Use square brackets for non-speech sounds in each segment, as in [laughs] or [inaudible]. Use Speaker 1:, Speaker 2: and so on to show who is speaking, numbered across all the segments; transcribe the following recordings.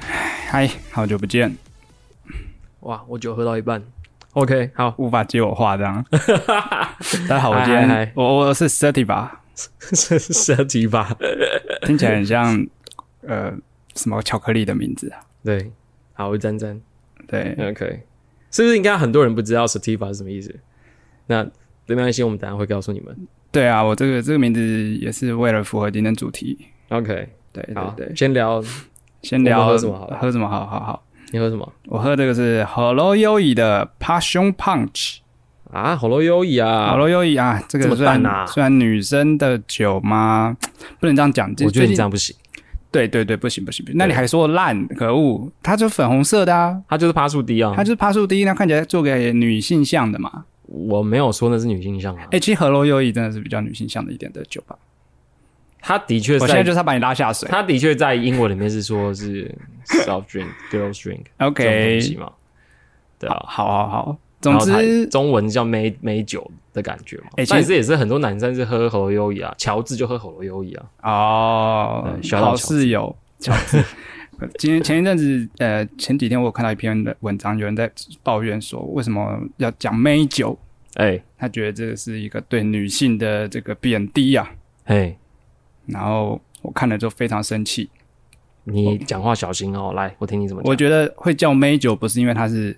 Speaker 1: 嗨，好久不见，
Speaker 2: 哇，我酒喝到一半。OK，好，
Speaker 1: [laughs] 无法接我话这
Speaker 2: [laughs]
Speaker 1: 样。大家好，我今
Speaker 2: 嗨
Speaker 1: 天
Speaker 2: 嗨嗨
Speaker 1: 我我是 s e t i 吧，
Speaker 2: 是设计吧？
Speaker 1: 听起来很像 [laughs] 呃什么巧克力的名字啊？
Speaker 2: 对，好，我是詹詹。
Speaker 1: 对，
Speaker 2: OK，是不是应该很多人不知道 Sativa 是什么意思？那没关系，我们等一下会告诉你们。
Speaker 1: 对啊，我这个这个名字也是为了符合今天主题。
Speaker 2: OK，
Speaker 1: 对
Speaker 2: 好
Speaker 1: 对，对，
Speaker 2: 先聊
Speaker 1: 先聊
Speaker 2: 我们喝什么好了
Speaker 1: 喝什么好好好。
Speaker 2: 你喝什么
Speaker 1: 我喝这个是 Hello 优以的 Passion Punch。
Speaker 2: 啊？好罗优怡啊
Speaker 1: Hello 优以啊，这
Speaker 2: 这
Speaker 1: 个
Speaker 2: 么
Speaker 1: 虽然、
Speaker 2: 淡啊
Speaker 1: 虽然女生的酒嘛，不能这样讲。
Speaker 2: 我觉得
Speaker 1: 最
Speaker 2: 你
Speaker 1: 近
Speaker 2: 这样不行，
Speaker 1: 对对对，不行不行不行，那你还说烂，可恶！它就粉红色的啊，
Speaker 2: 他就是趴树低啊
Speaker 1: 它。就是趴树第一，那看起来做给女性向的嘛。
Speaker 2: 我没有说那是女性向啊
Speaker 1: 哎、，其实和罗优怡真的是比较女性向的一点的酒吧。
Speaker 2: 他的确
Speaker 1: 我现在
Speaker 2: 在，
Speaker 1: 就是要把你拉下水。
Speaker 2: 他的确在英文里面是说是 soft drink、girls drink 这种
Speaker 1: OK，
Speaker 2: 东西嘛。对啊，
Speaker 1: 好好好，总
Speaker 2: 然后嗯
Speaker 1: 之
Speaker 2: 台中文叫美美酒的感觉嘛。
Speaker 1: 欸
Speaker 2: 但
Speaker 1: 其实
Speaker 2: 其实也是很多男生是喝喉咙优怡啊，乔治就喝喉咙优怡啊。
Speaker 1: 哦
Speaker 2: 嗯，小
Speaker 1: 好
Speaker 2: 岛乔治
Speaker 1: 室友乔治。 [laughs] 今天前一阵子，呃，前几天我有看到一篇的文章，有人在抱怨说，为什么要讲美酒？
Speaker 2: 哎
Speaker 1: 他觉得这是一个对女性的这个贬低啊。
Speaker 2: 哎，
Speaker 1: 然后我看了就非常生气，
Speaker 2: 你讲话小心哦，来，我听你怎么
Speaker 1: 我
Speaker 2: 讲。
Speaker 1: 觉得会叫美酒不是因为它是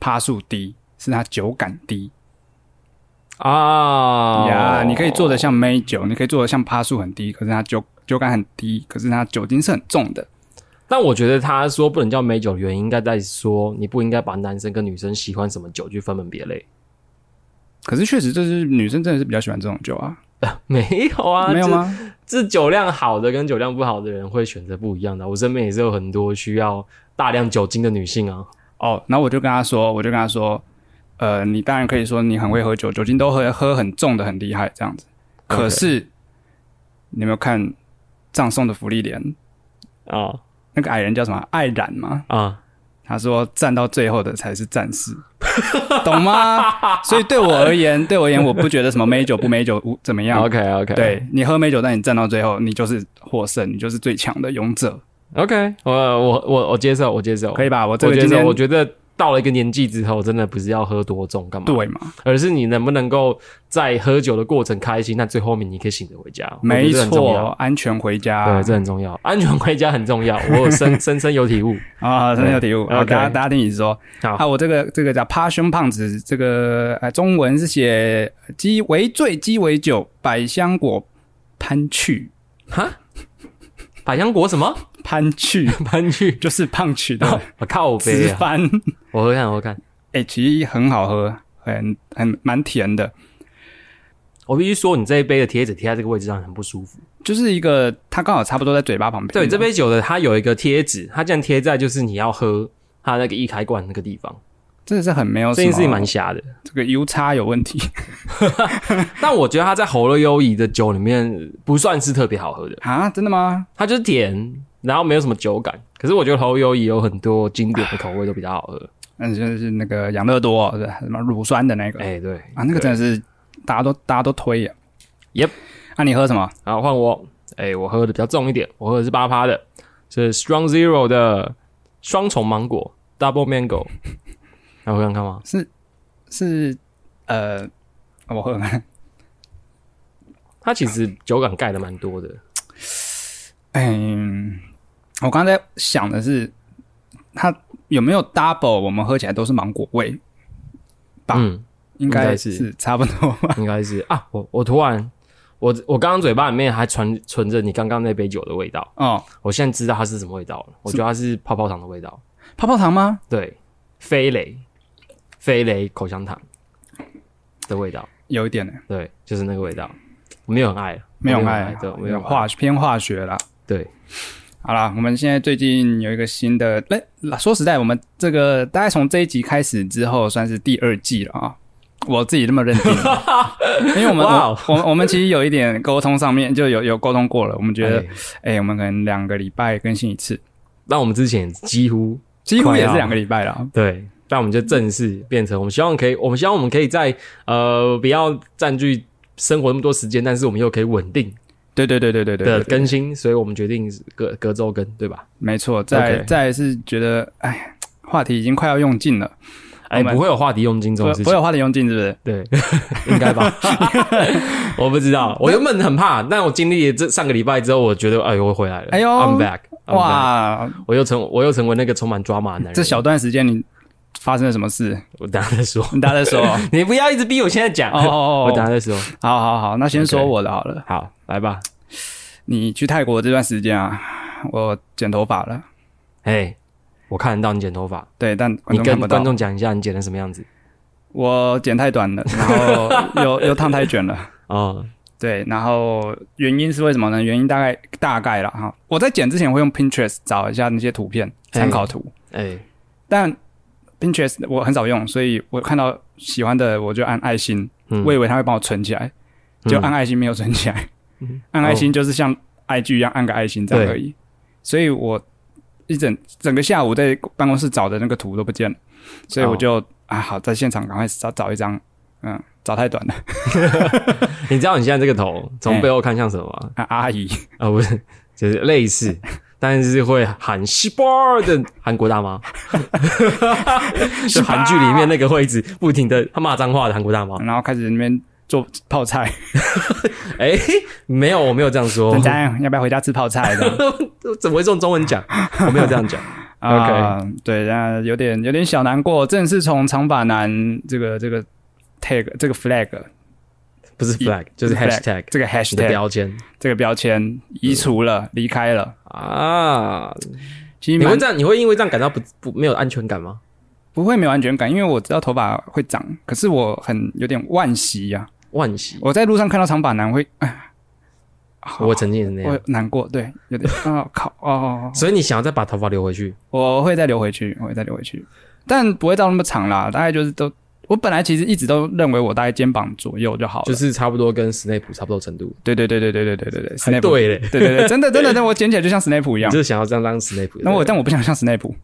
Speaker 1: 趴数低，是它酒感低
Speaker 2: 啊
Speaker 1: 呀。你可以做的像美酒，你可以做的像趴数很低，可是它酒酒感很低，可是它酒精是很重的。
Speaker 2: 但我觉得他说不能叫美酒的原因，应该在说你不应该把男生跟女生喜欢什么酒去分门别类。 [laughs]
Speaker 1: 可是确实，就是女生真的是比较喜欢这种酒啊，
Speaker 2: 没有啊，
Speaker 1: 没有吗？
Speaker 2: 这？这酒量好的跟酒量不好的人会选择不一样的。我身边也是有很多需要大量酒精的女性啊。
Speaker 1: 哦，然后我就跟他说，我就跟他说，呃，你当然可以说你很会喝酒，酒精都喝喝很重的，很厉害这样子。可是你有没有看葬送的福利莲
Speaker 2: 啊
Speaker 1: 那个矮人叫什么？艾冉吗？
Speaker 2: 啊，
Speaker 1: 他说站到最后的才是战士， [laughs] 懂吗？所以对我而
Speaker 2: [laughs]
Speaker 1: 言，对我而言，我不觉得什么美酒不美酒无怎么样。
Speaker 2: OK OK，
Speaker 1: 对你喝美酒，但你站到最后，你就是获胜，你就是最强的勇者，
Speaker 2: OK，我我我我接受，我接受，
Speaker 1: 可以吧？我
Speaker 2: 哦我
Speaker 1: 这个
Speaker 2: 接
Speaker 1: 今
Speaker 2: 受。
Speaker 1: 天
Speaker 2: 我觉得到了一个年纪之后，真的不是要喝多重干嘛，，
Speaker 1: 对嘛？
Speaker 2: 而是你能不能够在喝酒的过程开心，那最后面你可以醒着回家，我觉得
Speaker 1: 没
Speaker 2: 这很重
Speaker 1: 错啊
Speaker 2: 要。，
Speaker 1: 安全回家
Speaker 2: 对，这很重要，安全回家很重要。我有深 [laughs] 深深有体悟。
Speaker 1: 啊！真的有体悟。
Speaker 2: 对
Speaker 1: 好，
Speaker 2: OK
Speaker 1: 大家大家听你说。
Speaker 2: 好
Speaker 1: 啊，我这个这个叫趴胸胖子，这个呃中文是写鸡为醉鸡为酒，百香果潘去
Speaker 2: 哈，百香果什么
Speaker 1: 潘去 [laughs]
Speaker 2: 搬去？
Speaker 1: 就是胖曲的
Speaker 2: 我靠
Speaker 1: 直
Speaker 2: 杯啊！
Speaker 1: 翻。
Speaker 2: 我喝看，我喝看。
Speaker 1: 哎、其实很好喝，很很蛮甜的，
Speaker 2: 我必须说，你这一杯的贴纸贴在这个位置上很不舒服。
Speaker 1: 就是一个它刚好差不多在嘴巴旁边。
Speaker 2: 对，这杯酒的它有一个贴纸，它这样贴在就是你要喝它那个一开罐那个地方，
Speaker 1: 真哦的是很没有
Speaker 2: 这
Speaker 1: 什么
Speaker 2: 件事情蛮瞎的。
Speaker 1: 这个 U 差有问题。 [laughs]
Speaker 2: [laughs] 但我觉得它在喉咙优怡的酒里面不算是特别好喝的，
Speaker 1: 啊？真的吗？
Speaker 2: 它就是甜，然后没有什么酒感。可是我觉得喉咙优怡有很多经典的口味都比较好喝。
Speaker 1: 嗯，就是那个养乐多、是吧什么乳酸的那个、
Speaker 2: 哎、对
Speaker 1: 啊，那个真的是大家都大家都推耶。
Speaker 2: Yep
Speaker 1: 那、你喝什么？
Speaker 2: 然后换我，哎、我喝的比较重一点，我喝的是八趴的，是 Strong Zero 的双重芒果 Double Mango。那我看看吗？
Speaker 1: 是呃，我喝 [laughs] 看。
Speaker 2: 它其实酒感盖的蛮多的，
Speaker 1: 嗯，我刚才想的是，它有没有 double？我们喝起来都是芒果味，吧
Speaker 2: 嗯，
Speaker 1: 应
Speaker 2: 应
Speaker 1: 该
Speaker 2: 该是
Speaker 1: 是差不多吧。
Speaker 2: 应该是啊。我我突然，我我刚刚嘴巴里面还存存着你刚刚那杯酒的味道。
Speaker 1: 哦，
Speaker 2: 我现在知道它是什么味道了，我觉得它是泡泡糖的味道，
Speaker 1: 泡泡糖吗？
Speaker 2: 对，飞雷，飞雷口香糖的味道，
Speaker 1: 有一点呢、
Speaker 2: 对，就是那个味道，我没有很爱，
Speaker 1: 没有
Speaker 2: 我
Speaker 1: 爱，
Speaker 2: 对，我没有
Speaker 1: 有
Speaker 2: 很爱，
Speaker 1: 化学偏化学啦。
Speaker 2: 对，
Speaker 1: 好啦，我们现在最近有一个新的，哎、说实在，我们这个大概从这一集开始之后，算是第二季了啊。我自己这么认定，啊因为我们
Speaker 2: [laughs] 哇
Speaker 1: 我
Speaker 2: 哦
Speaker 1: 我我们其实有一点沟通上面就有有沟通过了，我们觉得
Speaker 2: 哎
Speaker 1: 哎、我们可能两个礼拜更新一次，
Speaker 2: 那我们之前几乎
Speaker 1: 几乎
Speaker 2: 快
Speaker 1: 也
Speaker 2: 要
Speaker 1: 是两个礼拜了啊。
Speaker 2: 对，但我们就正式变成，我们希望可以，我们希望我们可以在呃不要占据生活那么多时间，但是我们又可以稳定
Speaker 1: 对对对对对对对
Speaker 2: 的更新，所以我们决定隔隔周更，对吧？
Speaker 1: 没错。再
Speaker 2: OK
Speaker 1: 再来是觉得，哎，话题已经快要用尽了，
Speaker 2: 哎，
Speaker 1: 我们
Speaker 2: 不会有话题用尽这
Speaker 1: 不
Speaker 2: 种事
Speaker 1: 不会
Speaker 2: 情，
Speaker 1: 有话题用尽是不是？
Speaker 2: 对， [laughs] 应该吧？ [laughs] 我不知道，我原本很怕，但我经历了这上个礼拜之后，我觉得哎呦，我回来了，
Speaker 1: 哎呦
Speaker 2: ，I'm back，I'm
Speaker 1: 哇，
Speaker 2: back，我又成我又成为那个充满 drama 的男人。 [laughs]
Speaker 1: 这小段时间你发生了什么事？
Speaker 2: 我等下再说，
Speaker 1: 你大家再
Speaker 2: [laughs]
Speaker 1: 说。哦
Speaker 2: 你不要一直逼我现在讲，
Speaker 1: 哦哦，
Speaker 2: 我等
Speaker 1: 哦
Speaker 2: 下再说。
Speaker 1: 好好好，那先说
Speaker 2: OK
Speaker 1: 我的好了。
Speaker 2: 好，来吧，
Speaker 1: 你去泰国这段时间啊，我剪头发了。
Speaker 2: 哎，我看得到你剪头发，
Speaker 1: 对，但观
Speaker 2: 你
Speaker 1: 众
Speaker 2: 跟
Speaker 1: 看不
Speaker 2: 观
Speaker 1: 到，
Speaker 2: 众讲一下你剪成什么样子
Speaker 1: 我剪太短
Speaker 2: [laughs]
Speaker 1: 了，然后又又烫太卷了。
Speaker 2: 哦，
Speaker 1: 对，然后原因是为什么呢？原因大概大概啦哈。我在剪之前会用 Pinterest 找一下那些图片参考图，
Speaker 2: 哎，
Speaker 1: 但 Pinterest 我很少用，所以我看到喜欢的我就按爱心，
Speaker 2: 嗯
Speaker 1: 我以为他会帮我存起来，就按爱心没有存起来，按爱心就是像 IG 一样按个爱心这样而已。所以我一整整个下午在办公室找的那个图都不见了，所以我就、啊好在现场赶快找找一张，嗯，找太短了
Speaker 2: 你知道你现在这个头从
Speaker 1: 哎
Speaker 2: 背后看像什么吗？
Speaker 1: 啊阿姨。
Speaker 2: 啊，不是，就是类似，但是会喊西巴的韩国大
Speaker 1: [laughs]
Speaker 2: 妈，就韩剧里面那个会一直不停的骂脏话的韩国大妈。
Speaker 1: 然后开始那边做泡菜，
Speaker 2: 哎、没有，我没有这样说
Speaker 1: 等，下要不要回家吃泡菜 [laughs] 这样
Speaker 2: 怎么会用中文讲？我没有这
Speaker 1: [laughs]
Speaker 2: 样讲。
Speaker 1: 啊对，那有点有点小难过，正是从长发男这个这个 tag 这个 flag
Speaker 2: 不是 flag，就是
Speaker 1: flag，
Speaker 2: hashtag，
Speaker 1: 这个
Speaker 2: 你的
Speaker 1: hashtag
Speaker 2: 标签
Speaker 1: 这个标签移除了，离开了。
Speaker 2: 啊。
Speaker 1: 其
Speaker 2: 你
Speaker 1: 实
Speaker 2: 会
Speaker 1: 蛮
Speaker 2: 这样，你会因为这样感到不不没有安全感吗？
Speaker 1: 不会没有安全感，因为我知道头发会长，可是我很有点惋惜呀、
Speaker 2: 惋惜，
Speaker 1: 我在路上看到长发男会，哎好
Speaker 2: 我曾经也是那样
Speaker 1: 我，难过，对，有点啊靠哦，
Speaker 2: 所以你想要再把头发留回去，
Speaker 1: 我会再留回去，我会再留回去，但不会到那么长啦，大概就是都。我本来其实一直都认为我大概肩膀左右就好了，
Speaker 2: 就是差不多跟斯内普差不多程度。
Speaker 1: 对对对对对对对对对，斯内
Speaker 2: 哎
Speaker 1: 普，
Speaker 2: 对嘞，
Speaker 1: 对对对，真的真的，但我剪起来就像斯内普一
Speaker 2: 你
Speaker 1: 样
Speaker 2: 就。是想要这样当斯内普。
Speaker 1: 那我但我不想像斯内普，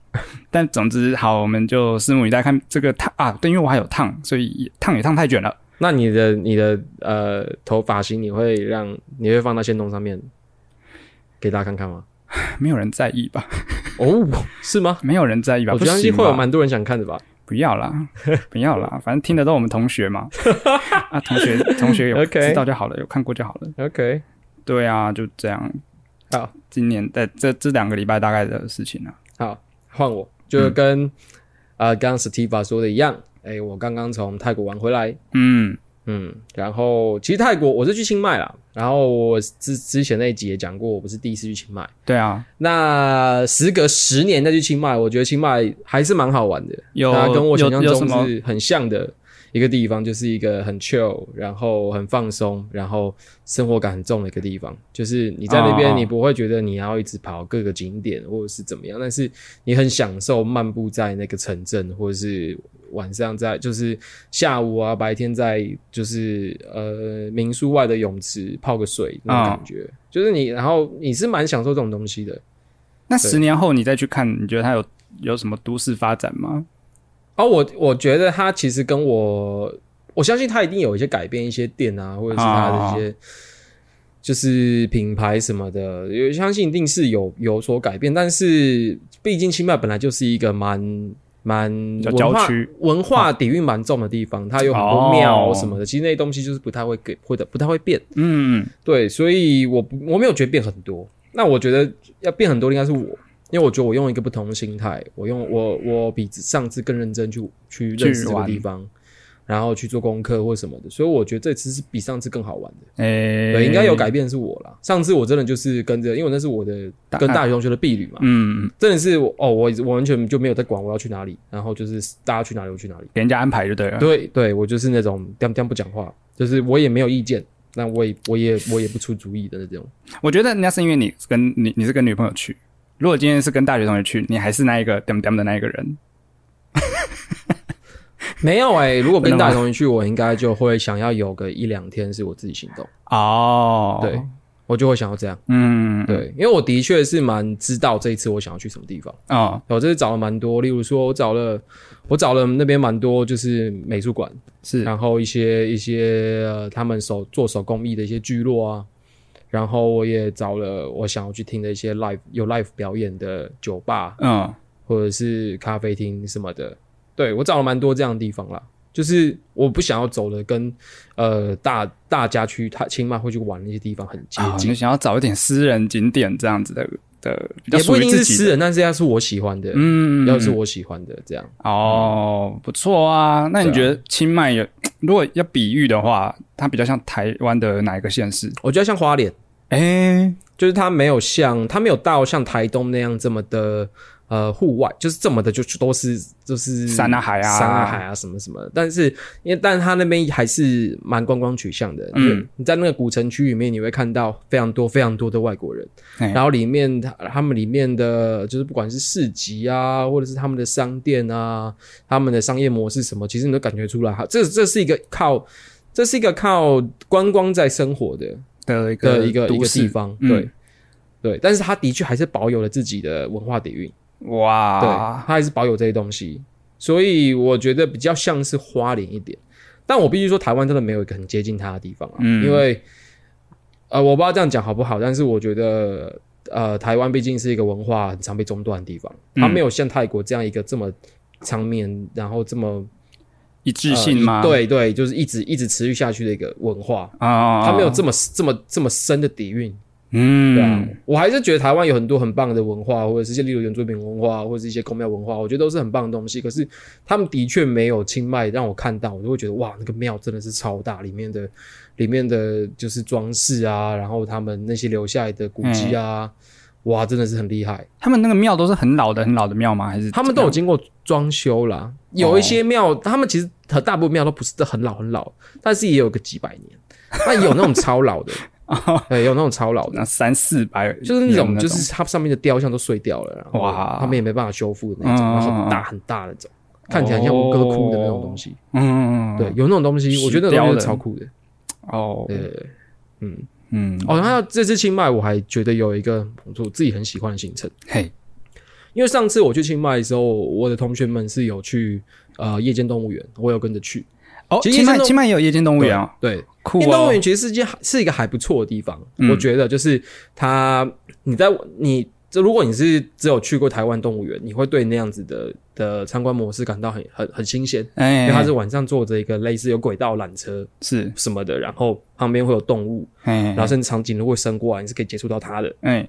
Speaker 1: 但总之好，我们就拭目以待，看这个烫啊，对，因为我还有烫，所以也烫也烫太卷了。
Speaker 2: 那你的你的呃头发型，你会让你会放到线动上面给大家看看吗？
Speaker 1: 没有人在意吧？
Speaker 2: 哦，是吗？
Speaker 1: 没有人在意吧？
Speaker 2: 我
Speaker 1: 不
Speaker 2: 相信
Speaker 1: 行
Speaker 2: 会有
Speaker 1: 吧？
Speaker 2: 蛮多人想看的吧。
Speaker 1: 不要 [laughs] 啦，不要啦，反正听的都我们同学 [laughs] 嘛。啊，同学同学有
Speaker 2: OK
Speaker 1: 知道就好了，有看过就好了。
Speaker 2: OK，
Speaker 1: 对啊，就这样。
Speaker 2: 好，
Speaker 1: 今年在这这两个礼拜大概的事情啊。
Speaker 2: 好，换我，就跟、呃刚刚 Steve 说的一样，哎、我刚刚从泰国玩回来，
Speaker 1: 嗯，
Speaker 2: 嗯，然后其实泰国我是去清迈啦，然后我之之前那一集也讲过，我不是第一次去清迈，
Speaker 1: 对啊，
Speaker 2: 那时隔十年再去清迈，我觉得清迈还是蛮好玩的。
Speaker 1: 有
Speaker 2: 它跟我想象
Speaker 1: 有有什
Speaker 2: 中
Speaker 1: 么？
Speaker 2: 是很像的一个地方，就是一个很 chill，然后很放松，然后生活感很重的一个地方。就是你在那
Speaker 1: 哦哦
Speaker 2: 边，你不会觉得你要一直跑各个景点或者是怎么样，但是你很享受漫步在那个城镇，或者是晚上在就是下午啊，白天在就是呃民宿外的泳池泡个水那种感觉。
Speaker 1: 啊
Speaker 2: 就是你，然后你是蛮享受这种东西的。
Speaker 1: 那十年后你再去看，你觉得它有有什么都市发展吗？
Speaker 2: 哦，我我觉得他其实跟我，我相信他一定有一些改变，一些店啊，或者是他的一些、
Speaker 1: 啊
Speaker 2: 就是品牌什么的，有相信一定是有有所改变。但是毕竟清迈本来就是一个蛮蛮
Speaker 1: 叫
Speaker 2: 文
Speaker 1: 郊
Speaker 2: 化
Speaker 1: 区啊哦
Speaker 2: 文化底蕴蛮重的地方，它有很多庙什么的，其实那些东西就是不太会给或者不太会变。
Speaker 1: 嗯，
Speaker 2: 对，所以我不我没有觉得变很多。那我觉得要变很多的应该是我，因为我觉得我用一个不同的心态，我用我我比上次更认真去去认识这个地方，然后去做功课或什么的，所以我觉得这次是比上次更好玩的。
Speaker 1: 诶、
Speaker 2: 对，应该有改变是我啦。上次我真的就是跟着，因为那是我的
Speaker 1: 大
Speaker 2: 跟大学同学的婢女嘛，
Speaker 1: 嗯，
Speaker 2: 真的是我哦，我我完全就没有在管我要去哪里，然后就是大家去哪里我去哪里。
Speaker 1: 给人家安排就对了。
Speaker 2: 对对，我就是那种颠颠不讲话，就是我也没有意见，那我也我也我也不出主意的那种。
Speaker 1: 我觉得那是因为你是跟你你是跟女朋友去，如果今天是跟大学同学去，你还是那一个 dem dem 的那一个人。
Speaker 2: 没有哎、如果
Speaker 1: 真
Speaker 2: 跟
Speaker 1: 的吗
Speaker 2: 大同一去，我应该就会想要有个一两天是我自己行动，
Speaker 1: 哦
Speaker 2: 对，我就会想要这样。
Speaker 1: 嗯，，
Speaker 2: 对，因为我的确是蛮知道这一次我想要去什么地方。
Speaker 1: 哦，
Speaker 2: 我这次找了蛮多，例如说我找了我找了那边蛮多就是美术馆，
Speaker 1: 是
Speaker 2: 然后一些一些、呃、他们手做手工艺的一些聚落啊，然后我也找了我想要去听的一些 live 有 live 表演的酒吧
Speaker 1: 嗯，
Speaker 2: 或者是咖啡厅什么的。对我找了蛮多这样的地方啦，就是我不想要走的跟呃大大家去他清迈会去玩那些地方很接
Speaker 1: 啊，
Speaker 2: 近，
Speaker 1: 你想要找一点私人景点这样子的的，比较
Speaker 2: 也不
Speaker 1: 属
Speaker 2: 一
Speaker 1: 于
Speaker 2: 定
Speaker 1: 自
Speaker 2: 是
Speaker 1: 己
Speaker 2: 私
Speaker 1: 的，
Speaker 2: 人，但是要是我喜欢的，
Speaker 1: 嗯，
Speaker 2: 要是我喜欢的这样。
Speaker 1: 哦，不错啊。那你
Speaker 2: 嗯对啊
Speaker 1: 觉得清迈有，如果要比喻的话，它比较像台湾的哪一个县市？
Speaker 2: 我觉得像花莲，
Speaker 1: 哎、
Speaker 2: 就是它没有像它没有到像台东那样这么的呃户外，就是这么的就都是就是
Speaker 1: 山啊海啊
Speaker 2: 山啊海啊什么什么的。但是因为但它那边还是蛮观光取向的，
Speaker 1: 嗯
Speaker 2: 嗯，你在那个古城区里面，你会看到非常多非常多的外国人，
Speaker 1: 嘿
Speaker 2: 然后里面他他们里面的就是不管是市集啊，或者是他们的商店啊，他们的商业模式什么，其实你都感觉出来，这这是一个靠。这是一个靠观光在生活的，
Speaker 1: 的一个
Speaker 2: 的一个一
Speaker 1: 都
Speaker 2: 个
Speaker 1: 市
Speaker 2: 地方，
Speaker 1: 嗯
Speaker 2: 对、对，但是它的确还是保有了自己的文化底蕴，对，它
Speaker 1: 哇，
Speaker 2: 啊还是保有这些东西，所以我觉得比较像是花莲一点，但我必须说台湾真的没有一个很接近它的地方啊，
Speaker 1: 嗯
Speaker 2: 因为呃，我不知道这样讲好不好，但是我觉得。呃，台湾毕竟是一个文化很常被中断的地方，它
Speaker 1: 嗯
Speaker 2: 没有像泰国这样一个这么长绵，然后这么
Speaker 1: 一致性吗？
Speaker 2: 呃对对，就是一直一直持续下去的一个文化，
Speaker 1: 啊，
Speaker 2: 它没有这么这么这么深的底蕴，对啊
Speaker 1: 嗯，，
Speaker 2: 我还是觉得台湾有很多很棒的文化，或者是一些例如原住民文化，或者是一些公庙文化，我觉得都是很棒的东西。可是他们的确没有清迈让我看到，我就会觉得哇，那个庙真的是超大，里面的里面的就是装饰啊，然后他们那些留下来的古迹啊，哇，真的是很厉害。
Speaker 1: 他们那个庙都是很老的、很老的庙吗？还是
Speaker 2: 他们都有经过装修啦，有一些庙，他们其实很大部分庙都不是很老很老，但是也有个几百年，那有那种超老的，对，有那种超老的
Speaker 1: 那。三四百，
Speaker 2: 就是那种，
Speaker 1: 那
Speaker 2: 就是它上面的雕像都碎掉了，然后
Speaker 1: 哇
Speaker 2: 他们也没办法修复的那种，
Speaker 1: 嗯哦
Speaker 2: 然后很大很大的那种，看起来像吴哥窟的那种东西。
Speaker 1: 嗯，
Speaker 2: 对，有那种东西，我觉得那种东西是超酷的。
Speaker 1: 哦，
Speaker 2: 对对对，嗯，
Speaker 1: 嗯，
Speaker 2: 哦，那这次清迈我还觉得有一个我自己很喜欢的行程，
Speaker 1: 嘿，
Speaker 2: 因为上次我去清迈的时候，我的同学们是有去呃夜间动物园，我有跟着去。
Speaker 1: 哦，
Speaker 2: 其实
Speaker 1: 清迈
Speaker 2: 那种
Speaker 1: 清迈也有夜间动物园哦，
Speaker 2: 对，
Speaker 1: 酷
Speaker 2: 运动
Speaker 1: 哦
Speaker 2: 公，园其实是一件是一个还不错的地方，
Speaker 1: 嗯
Speaker 2: 我觉得就是它，你在你这，如果你是只有去过台湾动物园，你会对那样子的的参观模式感到很很很新鲜，因
Speaker 1: 哎，
Speaker 2: 为它是晚上坐着一个类似有轨道缆车
Speaker 1: 是，
Speaker 2: 什么的，然后旁边会有动物，
Speaker 1: 哎
Speaker 2: 然后，甚至长颈鹿会伸过来，你是可以接触到它的，
Speaker 1: 哎，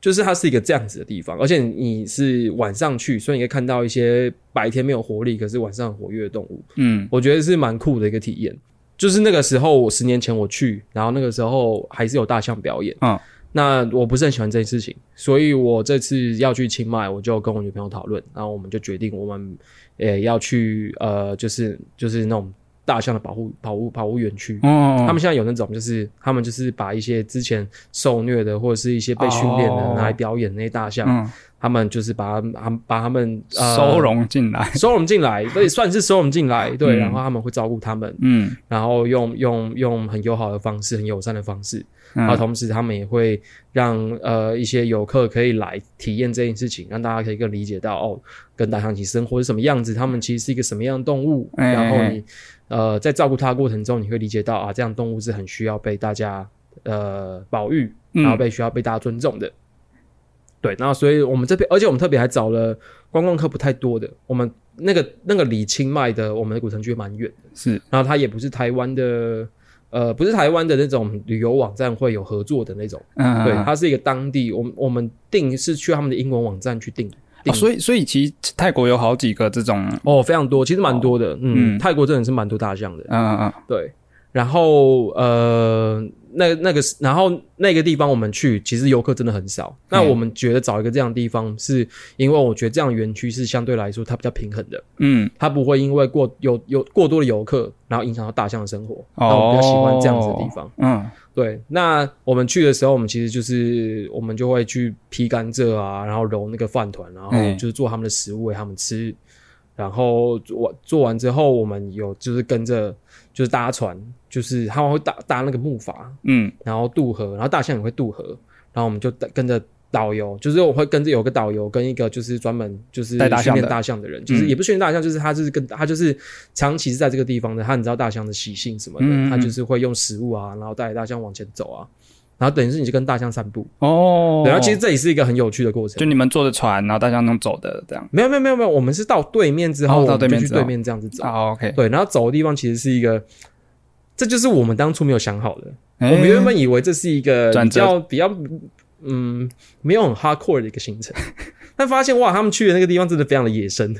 Speaker 2: 就是它是一个这样子的地方，而且你是晚上去，所以你可以看到一些白天没有活力，可是晚上很活跃的动物。
Speaker 1: 嗯，
Speaker 2: 我觉得是蛮酷的一个体验。就是那个时候，我十年前我去，然后那个时候还是有大象表演。
Speaker 1: 嗯，
Speaker 2: 那我不是很喜欢这件事情，所以我这次要去清迈，我就跟我女朋友讨论，然后我们就决定我们也要去呃，就是就是那种大象的保护保护保护园区。
Speaker 1: 哦，
Speaker 2: 他们现在有那种，就是他们就是把一些之前受虐的或者是一些被训练的
Speaker 1: 哦
Speaker 2: 拿来表演的那些大象，
Speaker 1: 嗯
Speaker 2: 他们就是把他们把他们、呃、
Speaker 1: 收容进来，
Speaker 2: 收容进来，所以算是收容进来，对，
Speaker 1: 嗯
Speaker 2: 然后他们会照顾他们，
Speaker 1: 嗯，
Speaker 2: 然后用用用很友好的方式，很友善的方式，
Speaker 1: 嗯
Speaker 2: 然后同时他们也会让呃一些游客可以来体验这件事情，让大家可以更理解到哦，跟大象一起生活是什么样子，他们其实是一个什么样的动物，
Speaker 1: 哎
Speaker 2: 然后
Speaker 1: 哎
Speaker 2: 你呃在照顾它的过程中，你会理解到啊，这样动物是很需要被大家呃保育，
Speaker 1: 嗯
Speaker 2: 然后被需要被大家尊重的。对，然后所以我们这边，而且我们特别还找了观光客不太多的，我们那个那个离清迈的我们的古城区蛮远的，
Speaker 1: 是，
Speaker 2: 然后它也不是台湾的，呃，不是台湾的那种旅游网站会有合作的那种，
Speaker 1: 嗯，
Speaker 2: 对，
Speaker 1: 嗯
Speaker 2: 它是一个当地，我们我们订是去他们的英文网站去订，
Speaker 1: 哦所以所以其实泰国有好几个这种，
Speaker 2: 哦，非常多，其实蛮多的，嗯，
Speaker 1: 嗯
Speaker 2: 泰国真的是蛮多大象的，
Speaker 1: 嗯嗯
Speaker 2: 对，然后呃，那那个是，然后那个地方我们去，其实游客真的很少。那我们觉得找一个这样的地方，是因为我觉得这样的园区是相对来说它比较平衡的，
Speaker 1: 嗯，
Speaker 2: 它不会因为过有有过多的游客，然后影响到大象的生活。那我比较喜欢这样子的地方。
Speaker 1: 哦，嗯，
Speaker 2: 对，那我们去的时候，我们其实就是我们就会去劈甘蔗啊，然后揉那个饭团，然后
Speaker 1: 嗯
Speaker 2: 就是做他们的食物给他们吃。然后做完做完之后，我们有就是跟着就是搭船，就是他们会搭搭那个木筏，
Speaker 1: 嗯，
Speaker 2: 然后渡河，然后大象也会渡河，然后我们就跟着导游，就是我会跟着有个导游跟一个就是专门就是
Speaker 1: 带大象的
Speaker 2: 训练大象的人，就是
Speaker 1: 嗯
Speaker 2: 也不是训练大象，就是他就是跟他就是长期是在这个地方的，他很知道大象的习性什么
Speaker 1: 嗯
Speaker 2: 的，
Speaker 1: 嗯嗯
Speaker 2: 他就是会用食物啊，然后带大象往前走啊，然后等于是你就跟大象散步。
Speaker 1: 哦，
Speaker 2: 对，然后其实这也是一个很有趣的过程
Speaker 1: 就。你们坐着船，然后大家能走的这样。
Speaker 2: 没有没有没有没有，我们是到对面之
Speaker 1: 哦
Speaker 2: 后，
Speaker 1: 到
Speaker 2: 我们
Speaker 1: 对面
Speaker 2: 就去
Speaker 1: 之后
Speaker 2: 对面这样子走。
Speaker 1: 啊，OK，
Speaker 2: 对，然后走的地方其实是一个，这就是我们当初没有想好的。
Speaker 1: 哎
Speaker 2: 我们原本以为这是一个比
Speaker 1: 转折
Speaker 2: 较比较嗯没有很 hardcore 的一个行程， [laughs] 但发现哇，他们去的那个地方真的非常的野生，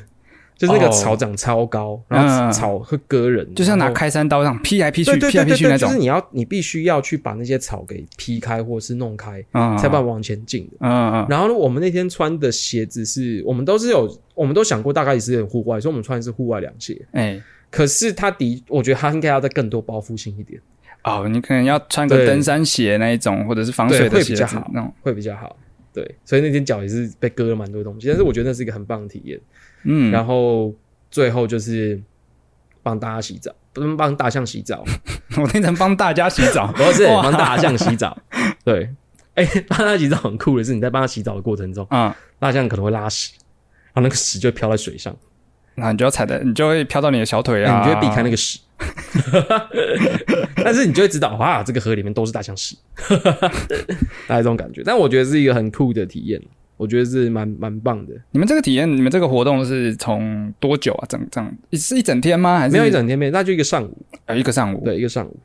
Speaker 2: 就是那个
Speaker 1: 哦
Speaker 2: 草长超高，然后
Speaker 1: 嗯
Speaker 2: 草会割人，
Speaker 1: 就像拿
Speaker 2: 然后
Speaker 1: 开山刀这样劈来劈去
Speaker 2: 对、对
Speaker 1: 劈来劈
Speaker 2: 对对
Speaker 1: 去那
Speaker 2: 对，就
Speaker 1: 种
Speaker 2: 是，你要你必须要去把那些草给劈开或是弄开，
Speaker 1: 嗯，
Speaker 2: 才把往前进的。
Speaker 1: 嗯嗯
Speaker 2: 然后呢，我们那天穿的鞋子是我们都是有，我们都想过大概也是有户外，所以我们穿的是户外凉鞋。
Speaker 1: 嗯，
Speaker 2: 可是他的，我觉得他应该要再更多包覆性一点，
Speaker 1: 哎，哦，你可能要穿个
Speaker 2: 对
Speaker 1: 登山鞋那一种，或者是防
Speaker 2: 对
Speaker 1: 水
Speaker 2: 会
Speaker 1: 的
Speaker 2: 比
Speaker 1: 鞋
Speaker 2: 较
Speaker 1: 子
Speaker 2: 好
Speaker 1: 那种，
Speaker 2: 会比较好。对，所以那天脚也是被割了蛮多东西，但是我觉得那是一个很棒的体验。
Speaker 1: 嗯， [laughs]
Speaker 2: 然后最后就是帮大家洗澡，不是帮大象洗澡，
Speaker 1: 我那天帮大家洗澡，
Speaker 2: 不是
Speaker 1: 哇
Speaker 2: 帮大象洗澡。对，哎、帮它洗澡很酷的是，你在帮它洗澡的过程中，
Speaker 1: 嗯，
Speaker 2: 大象可能会拉屎，然后那个屎就会飘在水上，
Speaker 1: 然后你就要踩的，你就会飘到你的小腿
Speaker 2: 哎
Speaker 1: 啊，
Speaker 2: 你就会避开那个屎。啊 [laughs] 但是你就会知道，哇，这个河里面都是大象屎，大概这种感觉。但我觉得是一个很酷的体验，我觉得是蛮蛮棒的。
Speaker 1: 你们这个体验，你们这个活动是从多久啊？整整是一整天吗？还是
Speaker 2: 没有一整天没有，那就一个上午，
Speaker 1: 呃一个上午？
Speaker 2: 对，一个上午，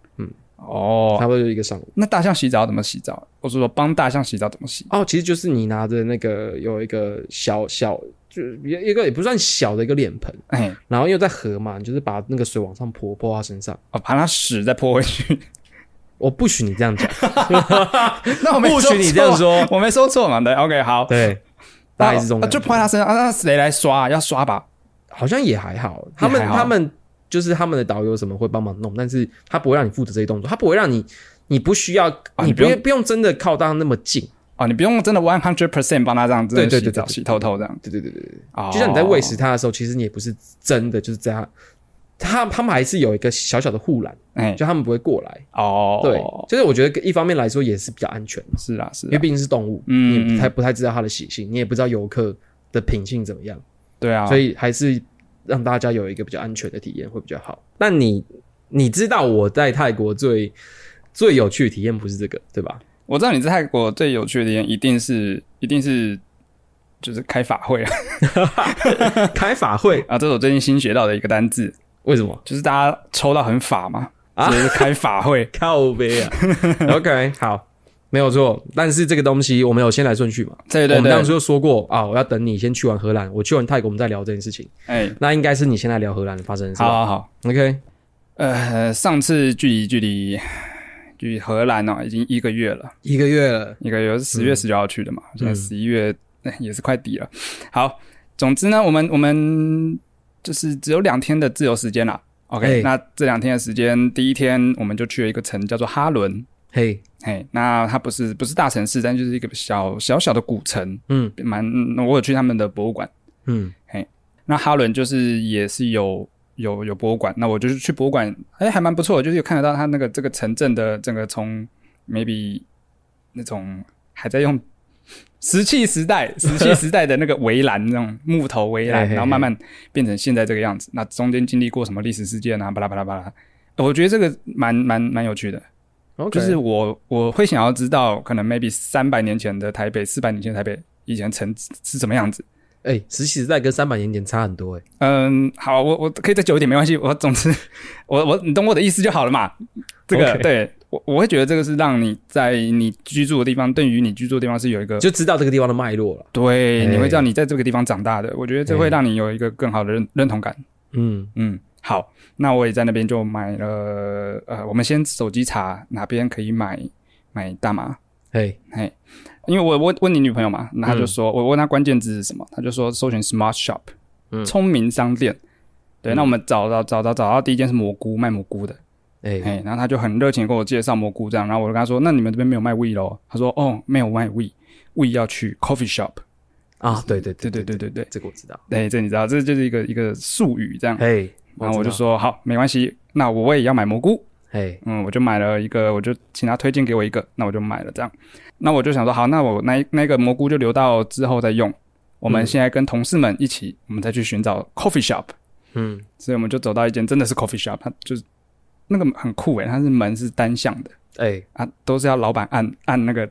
Speaker 1: 哦，
Speaker 2: 差不多就一个上午。
Speaker 1: 那大象洗澡怎么洗澡？我是说帮大象洗澡怎么洗？
Speaker 2: 哦，其实就是你拿着那个有一个小小，就是一个也不算小的一个脸盆，
Speaker 1: 哎、
Speaker 2: 然后又在河嘛，你就是把那个水往上泼泼他身上。
Speaker 1: 哦，把它屎再泼回
Speaker 2: [laughs]
Speaker 1: 去。
Speaker 2: 我不许你这样讲，
Speaker 1: 那我没
Speaker 2: 不许你这
Speaker 1: 说
Speaker 2: 样说
Speaker 1: 错，我没说错嘛？ [laughs] 对，OK，好，
Speaker 2: 对，大概是这种
Speaker 1: 啊
Speaker 2: 感觉、
Speaker 1: 就泼在他身上啊？那谁来刷、啊？要刷吧？
Speaker 2: 好像也还好，他们
Speaker 1: 也还好
Speaker 2: 他们就是他们的导游什么会帮忙弄，但是他不会让你负责这些动作，他不会让你，你不需要，
Speaker 1: 啊
Speaker 2: 你
Speaker 1: 你
Speaker 2: 不
Speaker 1: 不
Speaker 2: 用不用真的靠到那么近，
Speaker 1: 哦，你不用真的 one hundred percent 帮他这样真的洗澡
Speaker 2: 对对对对对
Speaker 1: 洗透透这样。
Speaker 2: 对对对对对，
Speaker 1: 哦，
Speaker 2: 就像你在喂食它的时候，其实你也不是真的就是在它，他他们还是有一个小小的护栏，
Speaker 1: 哎、
Speaker 2: 就他们不会过来，
Speaker 1: 哦，
Speaker 2: 对，就是我觉得一方面来说也是比较安全，
Speaker 1: 是啊，是
Speaker 2: 因为
Speaker 1: 啊，
Speaker 2: 毕竟是动物，
Speaker 1: 嗯
Speaker 2: 你不
Speaker 1: 嗯
Speaker 2: 太不太知道它的习性，你也不知道游客的品性怎么样。
Speaker 1: 对啊，
Speaker 2: 所
Speaker 1: 以
Speaker 2: 以还是让大家有一个比较安全的体验会比较好。那你你知道我在泰国最最有趣的体验不是这个对吧？ [laughs]
Speaker 1: 我知道你在泰国最有趣的点一定是一定是就是开法会啊 [laughs]
Speaker 2: 开法会
Speaker 1: 啊，这是我最近新学到的一个单字，
Speaker 2: 为什么？
Speaker 1: 就是大家抽到很法嘛，
Speaker 2: 啊
Speaker 1: 所以就开法
Speaker 2: [laughs]
Speaker 1: 会
Speaker 2: 靠背啊，OK，好，没有错。但是这个东西我们有先来顺序嘛？
Speaker 1: 对对
Speaker 2: 我们
Speaker 1: 对，
Speaker 2: 当初就说过啊，我要等你先去完荷兰，我去完泰国，我们再聊这件事情。
Speaker 1: 哎，
Speaker 2: 那应该是你先来聊荷兰发生的事
Speaker 1: 好
Speaker 2: 吧
Speaker 1: 好好，
Speaker 2: ？OK，
Speaker 1: 呃，上次距离距离距离荷兰哦，已经一个月了，
Speaker 2: 一个月了，
Speaker 1: 一个月十
Speaker 2: 嗯
Speaker 1: 月十九号去的嘛，现在十一月、哎也是快底了。好，总之呢，我们我们就是只有两天的自由时间啦。OK，、
Speaker 2: 哎
Speaker 1: 那这两天的时间，第一天我们就去了一个城叫做哈伦，
Speaker 2: 嘿，
Speaker 1: 嘿，那它不是不是大城市，但就是一个小小小的古城，
Speaker 2: 嗯
Speaker 1: 蛮我有去他们的博物馆。
Speaker 2: 嗯，
Speaker 1: 那哈伦就是也是有有有博物馆，那我就是去博物馆，哎、还蛮不错的，就是有看得到它那个这个城镇的整个从 maybe 那种还在用石器时代石器时代的那个围栏那种木头围
Speaker 2: 嘿
Speaker 1: 栏，
Speaker 2: 嘿嘿
Speaker 1: 然后慢慢变成现在这个样子。那中间经历过什么历史事件啊，巴拉巴拉巴拉，我觉得这个蛮蛮蛮有趣的。就
Speaker 2: OK，
Speaker 1: 是我我会想要知道，可能 maybe 三百年前的台北，四百年前的台北以前城是什么样子。
Speaker 2: 哎，实习时代跟三百年前差很多哎。
Speaker 1: 嗯，好，我我可以再久一点，没关系。我总之，我我你懂我的意思就好了嘛。这个
Speaker 2: OK
Speaker 1: 对我我会觉得这个是让你在你居住的地方，对于你居住的地方是有一个
Speaker 2: 就知道这个地方的脉络了。
Speaker 1: 对，
Speaker 2: 哎
Speaker 1: 你会知道你在这个地方长大的。我觉得这会让你有一个更好的认认同感。
Speaker 2: 嗯，
Speaker 1: 嗯，好，那我也在那边就买了呃，我们先手机查哪边可以买买大麻，
Speaker 2: 嘿，
Speaker 1: 因为我问问你女朋友嘛，那她就
Speaker 2: 嗯
Speaker 1: 说、我问她关键字是什么，她就说搜寻 smart shop，
Speaker 2: 嗯
Speaker 1: 聪、明商店。对，
Speaker 2: 嗯
Speaker 1: 那我们找到找到找到第一间是蘑菇，卖蘑菇的，
Speaker 2: 哎、
Speaker 1: 哎、然后他就很热情地跟我介绍蘑菇这样，然后我就跟他说，那你们这边没有卖 we 咯？他说哦，没有卖 we，we 要去 coffee shop，
Speaker 2: 啊，对对
Speaker 1: 对
Speaker 2: 对
Speaker 1: 对
Speaker 2: 对，
Speaker 1: 对对对，
Speaker 2: 这个我知道。
Speaker 1: 对，这你知道，这就是一个一个术语这样，
Speaker 2: 嘿，
Speaker 1: 嗯然后我就
Speaker 2: 知道，
Speaker 1: 说好，没关系，那我也要买蘑菇，
Speaker 2: 嘿，
Speaker 1: 嗯，我就买了一个，我就请他推荐给我一个，那我就买了这样。那我就想说，好，那我那一那个蘑菇就留到之后再用。我们
Speaker 2: 嗯
Speaker 1: 现在跟同事们一起，我们再去寻找 coffee shop。
Speaker 2: 嗯，
Speaker 1: 欸所以我们就走到一间真的是 coffee shop，它就是那个很酷诶，它是门是单向的，
Speaker 2: 哎
Speaker 1: 啊，都是要老板按按那个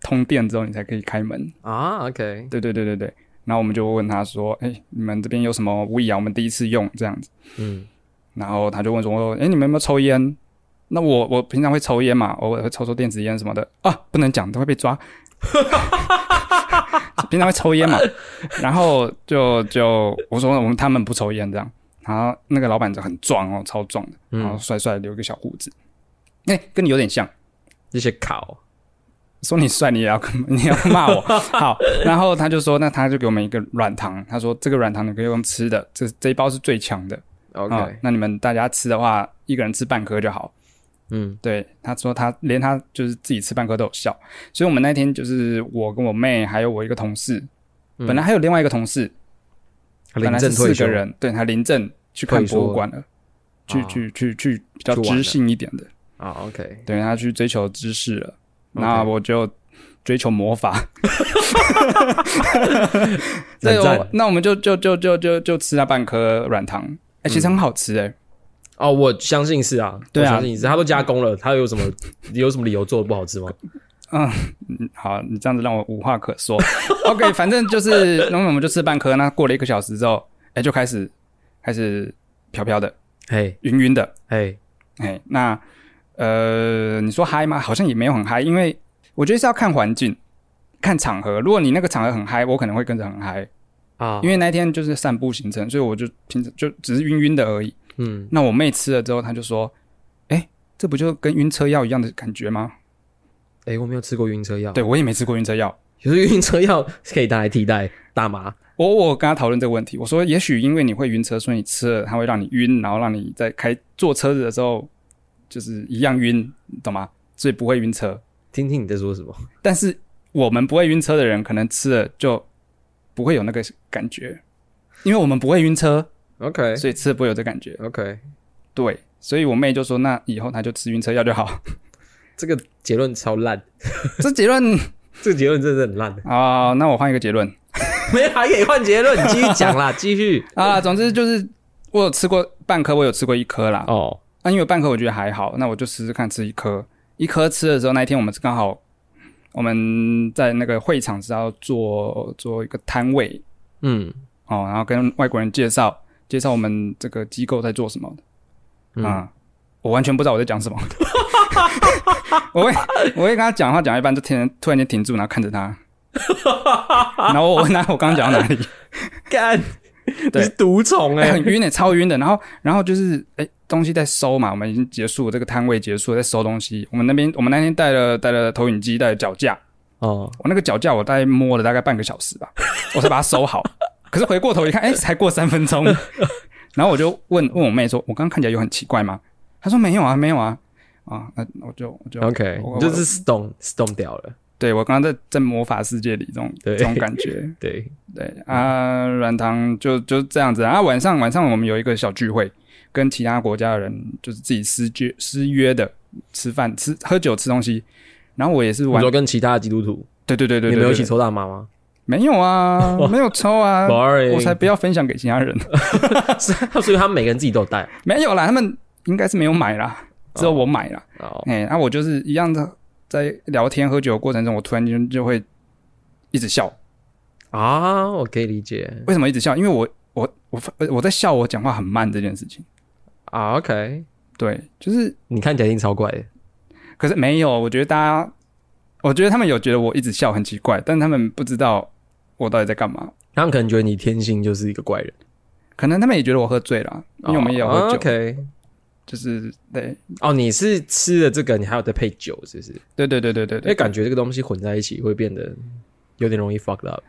Speaker 1: 通电之后，你才可以开门。
Speaker 2: 啊，OK，
Speaker 1: 对对对对对。然后我们就问他说：“哎、你们这边有什么 We 啊？我们第一次用这样子。
Speaker 2: 嗯”
Speaker 1: 然后他就问说：“哎、你们有没有抽烟？”那我我平常会抽烟嘛，偶尔会抽抽电子烟什么的啊，不能讲，都会被
Speaker 2: [laughs]
Speaker 1: 抓。 [laughs] 平常会抽烟嘛，然后就就我说我们他们不抽烟这样，然后那个老板就很壮哦，超壮的，然后
Speaker 2: 嗯，
Speaker 1: 帅帅的留一个小胡子，哎、跟你有点像。
Speaker 2: 这些考，
Speaker 1: 说你帅，你也要你也要骂我。 [laughs] 好，然后他就说，那他就给我们一个软糖，他说这个软糖你可以用吃的，这这一包是最强的。
Speaker 2: OK，、
Speaker 1: 啊那你们大家吃的话，一个人吃半颗就好。
Speaker 2: 嗯
Speaker 1: 对，他说他连他就是自己吃半颗都有效，所以我们那天就是我跟我妹还有我一个同事，
Speaker 2: 嗯
Speaker 1: 本来还有另外一个同事，
Speaker 2: 他
Speaker 1: 本
Speaker 2: 临
Speaker 1: 来是
Speaker 2: 阵
Speaker 1: 四
Speaker 2: 退休
Speaker 1: 个，人，对他临阵去看
Speaker 2: 退休
Speaker 1: 博物馆了，去
Speaker 2: 啊
Speaker 1: 去去去比较
Speaker 2: 去玩
Speaker 1: 知
Speaker 2: 了
Speaker 1: 性一点的，
Speaker 2: 啊，OK，
Speaker 1: 对他去追求知识了。那
Speaker 2: OK
Speaker 1: 我就追求魔法。对，
Speaker 2: 冷
Speaker 1: 我
Speaker 2: 战
Speaker 1: 那我们就就就就就就吃那半颗软糖，哎、其实
Speaker 2: 嗯
Speaker 1: 很好吃哎、
Speaker 2: 哦，我相信是啊，
Speaker 1: 对啊
Speaker 2: 我相信是，他都加工了，他有什么 [laughs] 有什么理由做的不好吃吗？
Speaker 1: 嗯好，你这样子让我无话可说。OK，反 [laughs] 正就是，那我们就吃半颗。那过了一个小时之后，哎、就开始开始飘飘的、
Speaker 2: 嘿，
Speaker 1: 晕晕的。
Speaker 2: 嘿，
Speaker 1: 哎、那呃，你说嗨吗？好像也没有很嗨，因为我觉得是要看环境、看场合。如果你那个场合很嗨，我可能会跟着很嗨。
Speaker 2: 啊，
Speaker 1: 因为那一天就是散步行程，所以我就平常就只是晕晕的而已。
Speaker 2: 嗯，
Speaker 1: 那我妹吃了之后，她就说：“哎、这不就跟晕车药一样的感觉吗
Speaker 2: 哎，我没有吃过晕车药，
Speaker 1: 对，我也没吃过晕车药。
Speaker 2: 可是晕车药是可以拿来替代大麻，
Speaker 1: 我我跟她讨论这个问题，我说：“也许因为你会晕车，所以你吃了它会让你晕，然后让你在开坐车子的时候就是一样晕，你懂吗？所以不会晕车。
Speaker 2: 听听你在说什么？
Speaker 1: 但是我们不会晕车的人，可能吃了就不会有那个感觉，因为我们不会晕车，
Speaker 2: OK
Speaker 1: 所以吃了不会有这感觉。
Speaker 2: OK，
Speaker 1: 对，所以我妹就说：那以后她就吃晕车药就好。” [laughs]
Speaker 2: 这个结论超烂，
Speaker 1: 这结论，
Speaker 2: 这个结论真的很烂
Speaker 1: [laughs] 啊、那我换一个结论
Speaker 2: 没还可以换结论，你继续讲
Speaker 1: [laughs]
Speaker 2: 啦，继续。
Speaker 1: 啊、总之就是我有吃过半颗，我有吃过一颗啦。
Speaker 2: 哦，
Speaker 1: 那、因为半颗我觉得还好，那我就试试看吃一颗。一颗吃的时候，那一天我们是刚好我们在那个会场是要做做一个摊位
Speaker 2: 嗯
Speaker 1: 哦，然后跟外国人介绍介绍我们这个机构在做什么
Speaker 2: 嗯
Speaker 1: 的啊、我完全不知道我在讲什么。 [laughs] 我会我会跟他讲话讲到一半就突然突然间停住，然后看着他，然后我问他我刚刚讲到哪里。
Speaker 2: 干，你
Speaker 1: 对
Speaker 2: 是毒虫
Speaker 1: 哎、
Speaker 2: 哎、
Speaker 1: 很晕的、超晕的。然后，然后就是哎、东西在收嘛，我们已经结束了这个摊位结束了，在收东西。我们那边，我们那天带了带了投影机，带了脚架。
Speaker 2: 哦，
Speaker 1: 我那个脚架，我大概摸了大概半个小时
Speaker 2: [laughs]
Speaker 1: 吧，我才把它收好。可是回过头一看，哎、才过三分钟。然后我就问问我妹说：“我刚刚看起来有很奇怪吗？”她说：“没有啊，没有啊。”啊，那我就我就
Speaker 2: OK，
Speaker 1: 我
Speaker 2: 你就是 stone stone 掉了。
Speaker 1: 对我刚刚在在魔法世界里这种
Speaker 2: 对
Speaker 1: 这种感觉，
Speaker 2: 对，
Speaker 1: 对啊，软糖就就这样子啊。晚上晚上我们有一个小聚会，跟其他国家的人就是自己私约私约的吃饭、吃喝酒、吃东西。然后我也是
Speaker 2: 你
Speaker 1: 玩
Speaker 2: 说，跟其他的基督徒，
Speaker 1: 对对对对
Speaker 2: 你
Speaker 1: 对，
Speaker 2: 们有
Speaker 1: 对
Speaker 2: 一起抽大麻吗
Speaker 1: 没有啊，
Speaker 2: [laughs]
Speaker 1: 没有抽啊，
Speaker 2: ？Boring，
Speaker 1: 我才不要分享给其他人。
Speaker 2: [laughs]
Speaker 1: [laughs]
Speaker 2: 所以他们每个人自己都有带。
Speaker 1: 没有啦，他们应该是没有买啦，只有我买啦。
Speaker 2: 哦，
Speaker 1: 哎、那、我就是一样的，在聊天喝酒的过程中，我突然间就会一直笑。
Speaker 2: 啊，我可以理解
Speaker 1: 为什么一直笑？因为我我我我在笑我讲话很慢这件事情。
Speaker 2: 啊。OK，
Speaker 1: 对，就是
Speaker 2: 你看起来一定超怪的。
Speaker 1: 可是没有，我觉得大家，我觉得他们有觉得我一直笑很奇怪，但他们不知道我到底在干嘛。
Speaker 2: 他们可能觉得你天性就是一个怪人，
Speaker 1: 可能他们也觉得我喝醉了，因为我们也有喝
Speaker 2: 哦
Speaker 1: 酒，
Speaker 2: OK，
Speaker 1: 就是对，
Speaker 2: 哦，你是吃了这个，你还有再配酒，是不是？
Speaker 1: 对对对对对
Speaker 2: 因为
Speaker 1: 对，
Speaker 2: 感觉这个东西混在一起会变得有点容易 fucked up。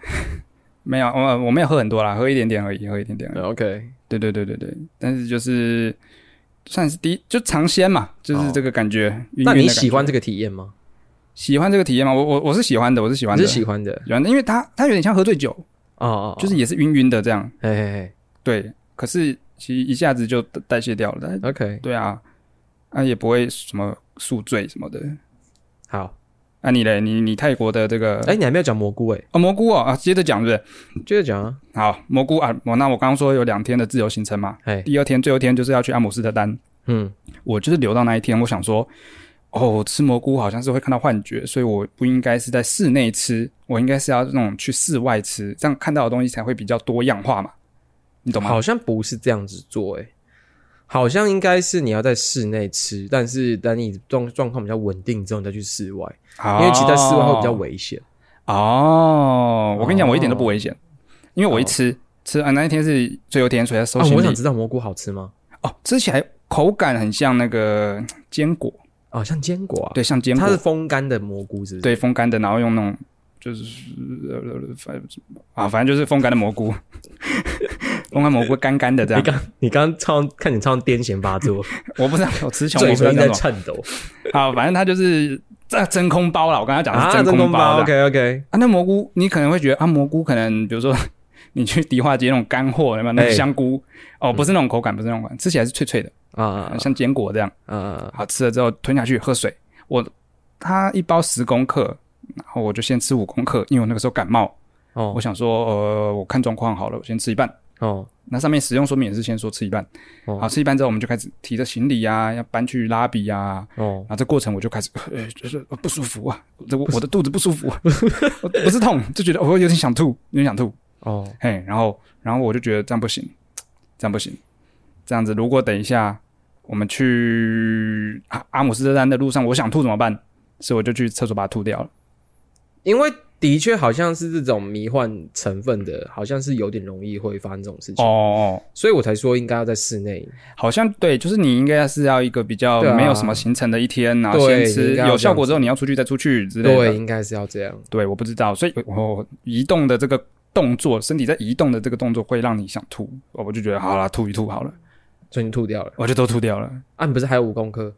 Speaker 1: 没有，我我没有喝很多啦，喝一点点而已，喝一点点而已。
Speaker 2: OK，
Speaker 1: 对对对对对，但是就是算是第一，就尝鲜嘛，就是这个感觉。晕晕的
Speaker 2: 哦那你
Speaker 1: 感觉
Speaker 2: 喜欢这个体验吗？
Speaker 1: 喜欢这个体验吗？我我我是喜欢的，我是喜欢
Speaker 2: 你
Speaker 1: 的，
Speaker 2: 是喜欢的
Speaker 1: 喜欢的，因为它它有点像喝醉酒，
Speaker 2: 哦哦，哦
Speaker 1: 就是也是晕晕的这样。
Speaker 2: 嘿嘿嘿
Speaker 1: 对，可是其实一下子就代谢掉了，但
Speaker 2: ，OK，
Speaker 1: 对啊，啊也不会什么宿醉什么的。
Speaker 2: 好。
Speaker 1: 啊你嘞，你你泰国的这个
Speaker 2: 哎，你还没有讲蘑菇哎，
Speaker 1: 哦蘑菇哦啊，接着讲是不是？
Speaker 2: 接着讲啊。
Speaker 1: 好，蘑菇啊，我那我刚刚说有两天的自由行程嘛，
Speaker 2: 哎，
Speaker 1: 第二天最后一天就是要去阿姆斯特丹，
Speaker 2: 嗯
Speaker 1: 我就是留到那一天，我想说。哦，我吃蘑菇好像是会看到幻觉，所以我不应该是在室内吃，我应该是要那种去室外吃，这样看到的东西才会比较多样化嘛，你懂吗？啊
Speaker 2: 好像不是这样子做、欸，诶，好像应该是你要在室内吃，但是等你状状况比较稳定之后，你再去室外，因为其实在室外会比较危险。
Speaker 1: 哦，我跟你讲，我一点都不危险，因为我一吃、吃啊，那一天是最后天，所以要收
Speaker 2: 啊，
Speaker 1: 行
Speaker 2: 我
Speaker 1: 李。
Speaker 2: 想知道蘑菇好吃吗？
Speaker 1: 哦，吃起来口感很像那个坚果，
Speaker 2: 哦，像坚果啊，，
Speaker 1: 对，像坚
Speaker 2: 它是
Speaker 1: 果，
Speaker 2: 风干的蘑菇，是不是？，
Speaker 1: 对，风干的，然后用那种就是呃反啊，反正就是风干的蘑菇， [laughs] 风干蘑菇干干的这
Speaker 2: 你
Speaker 1: 样。
Speaker 2: 刚你刚超看你超癫痫发
Speaker 1: [laughs]
Speaker 2: 作，
Speaker 1: 我不知道，我词穷，我
Speaker 2: 嘴
Speaker 1: 不知道
Speaker 2: 唇在
Speaker 1: 那种。
Speaker 2: 颤抖
Speaker 1: 好，反正它就是这真空包啦，我刚才讲的
Speaker 2: 啊，
Speaker 1: 是真
Speaker 2: 空
Speaker 1: 包
Speaker 2: 包
Speaker 1: 的。
Speaker 2: ，OK OK，
Speaker 1: 啊，那蘑菇你可能会觉得啊，蘑菇可能比如说 [laughs] 你去迪化街那种干货，那么那种
Speaker 2: 哎
Speaker 1: 香菇、哦，不是那种口感，不是那种口感，吃起来是脆脆的，
Speaker 2: 啊啊
Speaker 1: 像坚果这样。
Speaker 2: 啊啊，
Speaker 1: 好吃了之后吞下去喝水，我它一包十公克，然后我就先吃五公克，因为我那个时候感冒，我
Speaker 2: 哦
Speaker 1: 想说呃我看状况好了，我先吃一半。
Speaker 2: 哦
Speaker 1: 那上面使用说明也是先说吃一半，
Speaker 2: 哦
Speaker 1: 好吃一半之后我们就开始提着行李啊，要搬去拉比啊，
Speaker 2: 哦
Speaker 1: 然，后这过程我就开始呃就是呃不舒服啊，这我我的肚子不舒服，啊 [laughs] 我不是痛就觉得我有点想吐，有点想吐，
Speaker 2: 哦，
Speaker 1: 嘿，然后然后我就觉得这样不行，这样不行，这样子如果等一下我们去阿阿姆斯特丹的路上，我想吐怎么办？所以我就去厕所把它吐掉了。
Speaker 2: 因为的确好像是这种迷幻成分的，好像是有点容易会发生这种事情，
Speaker 1: 哦，
Speaker 2: 所以我才说应该要在室内。
Speaker 1: 好像对，就是你应该是要一个比较
Speaker 2: 对啊
Speaker 1: 没有什么行程的一天，然后
Speaker 2: 对
Speaker 1: 先
Speaker 2: 你
Speaker 1: 吃
Speaker 2: 应该要
Speaker 1: 有效
Speaker 2: 这样
Speaker 1: 果
Speaker 2: 子
Speaker 1: 之后你要出去再出去之类的。
Speaker 2: 对，应该是要这样。
Speaker 1: 对，我不知道，所以我我移动的这个动作，身体在移动的这个动作会让你想吐，我我就觉得好啦，吐一吐好了，
Speaker 2: 所以你吐掉了
Speaker 1: 我就都吐掉了。
Speaker 2: 啊？你不是还有五公克？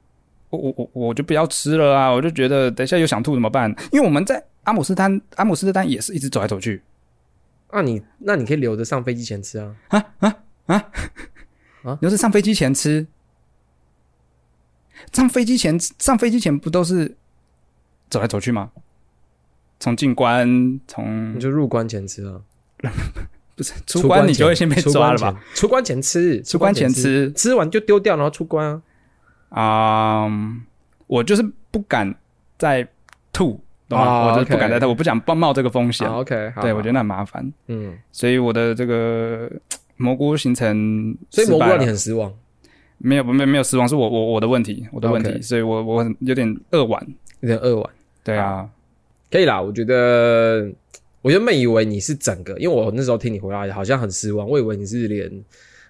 Speaker 1: 我我我我就不要吃了啊！我就觉得等一下又想吐怎么办？因为我们在阿姆斯特丹，阿姆斯特丹也是一直走来走去，
Speaker 2: 那、啊你那你可以留着上飞机前吃啊。
Speaker 1: 你要是上飞机前吃，上飞机前上飞机前不都是走来走去吗？从进关，从
Speaker 2: 你就入关前吃啊，
Speaker 1: 不是嗯出关，你就会先被抓了吧？
Speaker 2: 吧？出关前吃，
Speaker 1: 出关前，吃
Speaker 2: 吃完就丢掉，然后出关啊。
Speaker 1: 啊、嗯我就是不敢再吐，懂吗？
Speaker 2: 哦
Speaker 1: 我就是不
Speaker 2: OK
Speaker 1: 敢再吐，我不想冒冒这个风险。
Speaker 2: 好，OK，
Speaker 1: 啊
Speaker 2: 好啊
Speaker 1: 对，
Speaker 2: 好
Speaker 1: 我觉得很麻烦，
Speaker 2: 嗯，
Speaker 1: 所以我的这个蘑菇行程
Speaker 2: 所
Speaker 1: 失败了，
Speaker 2: 以蘑菇让你很失望，
Speaker 1: 没有，没有没有失望，是我我我的问题，我的问题
Speaker 2: OK
Speaker 1: 所以我我很有点扼腕。
Speaker 2: 有点扼腕。
Speaker 1: 对啊，
Speaker 2: 可以啦，我觉得我原本以为你是整个，因为我那时候听你回来好像很失望，我以为你是连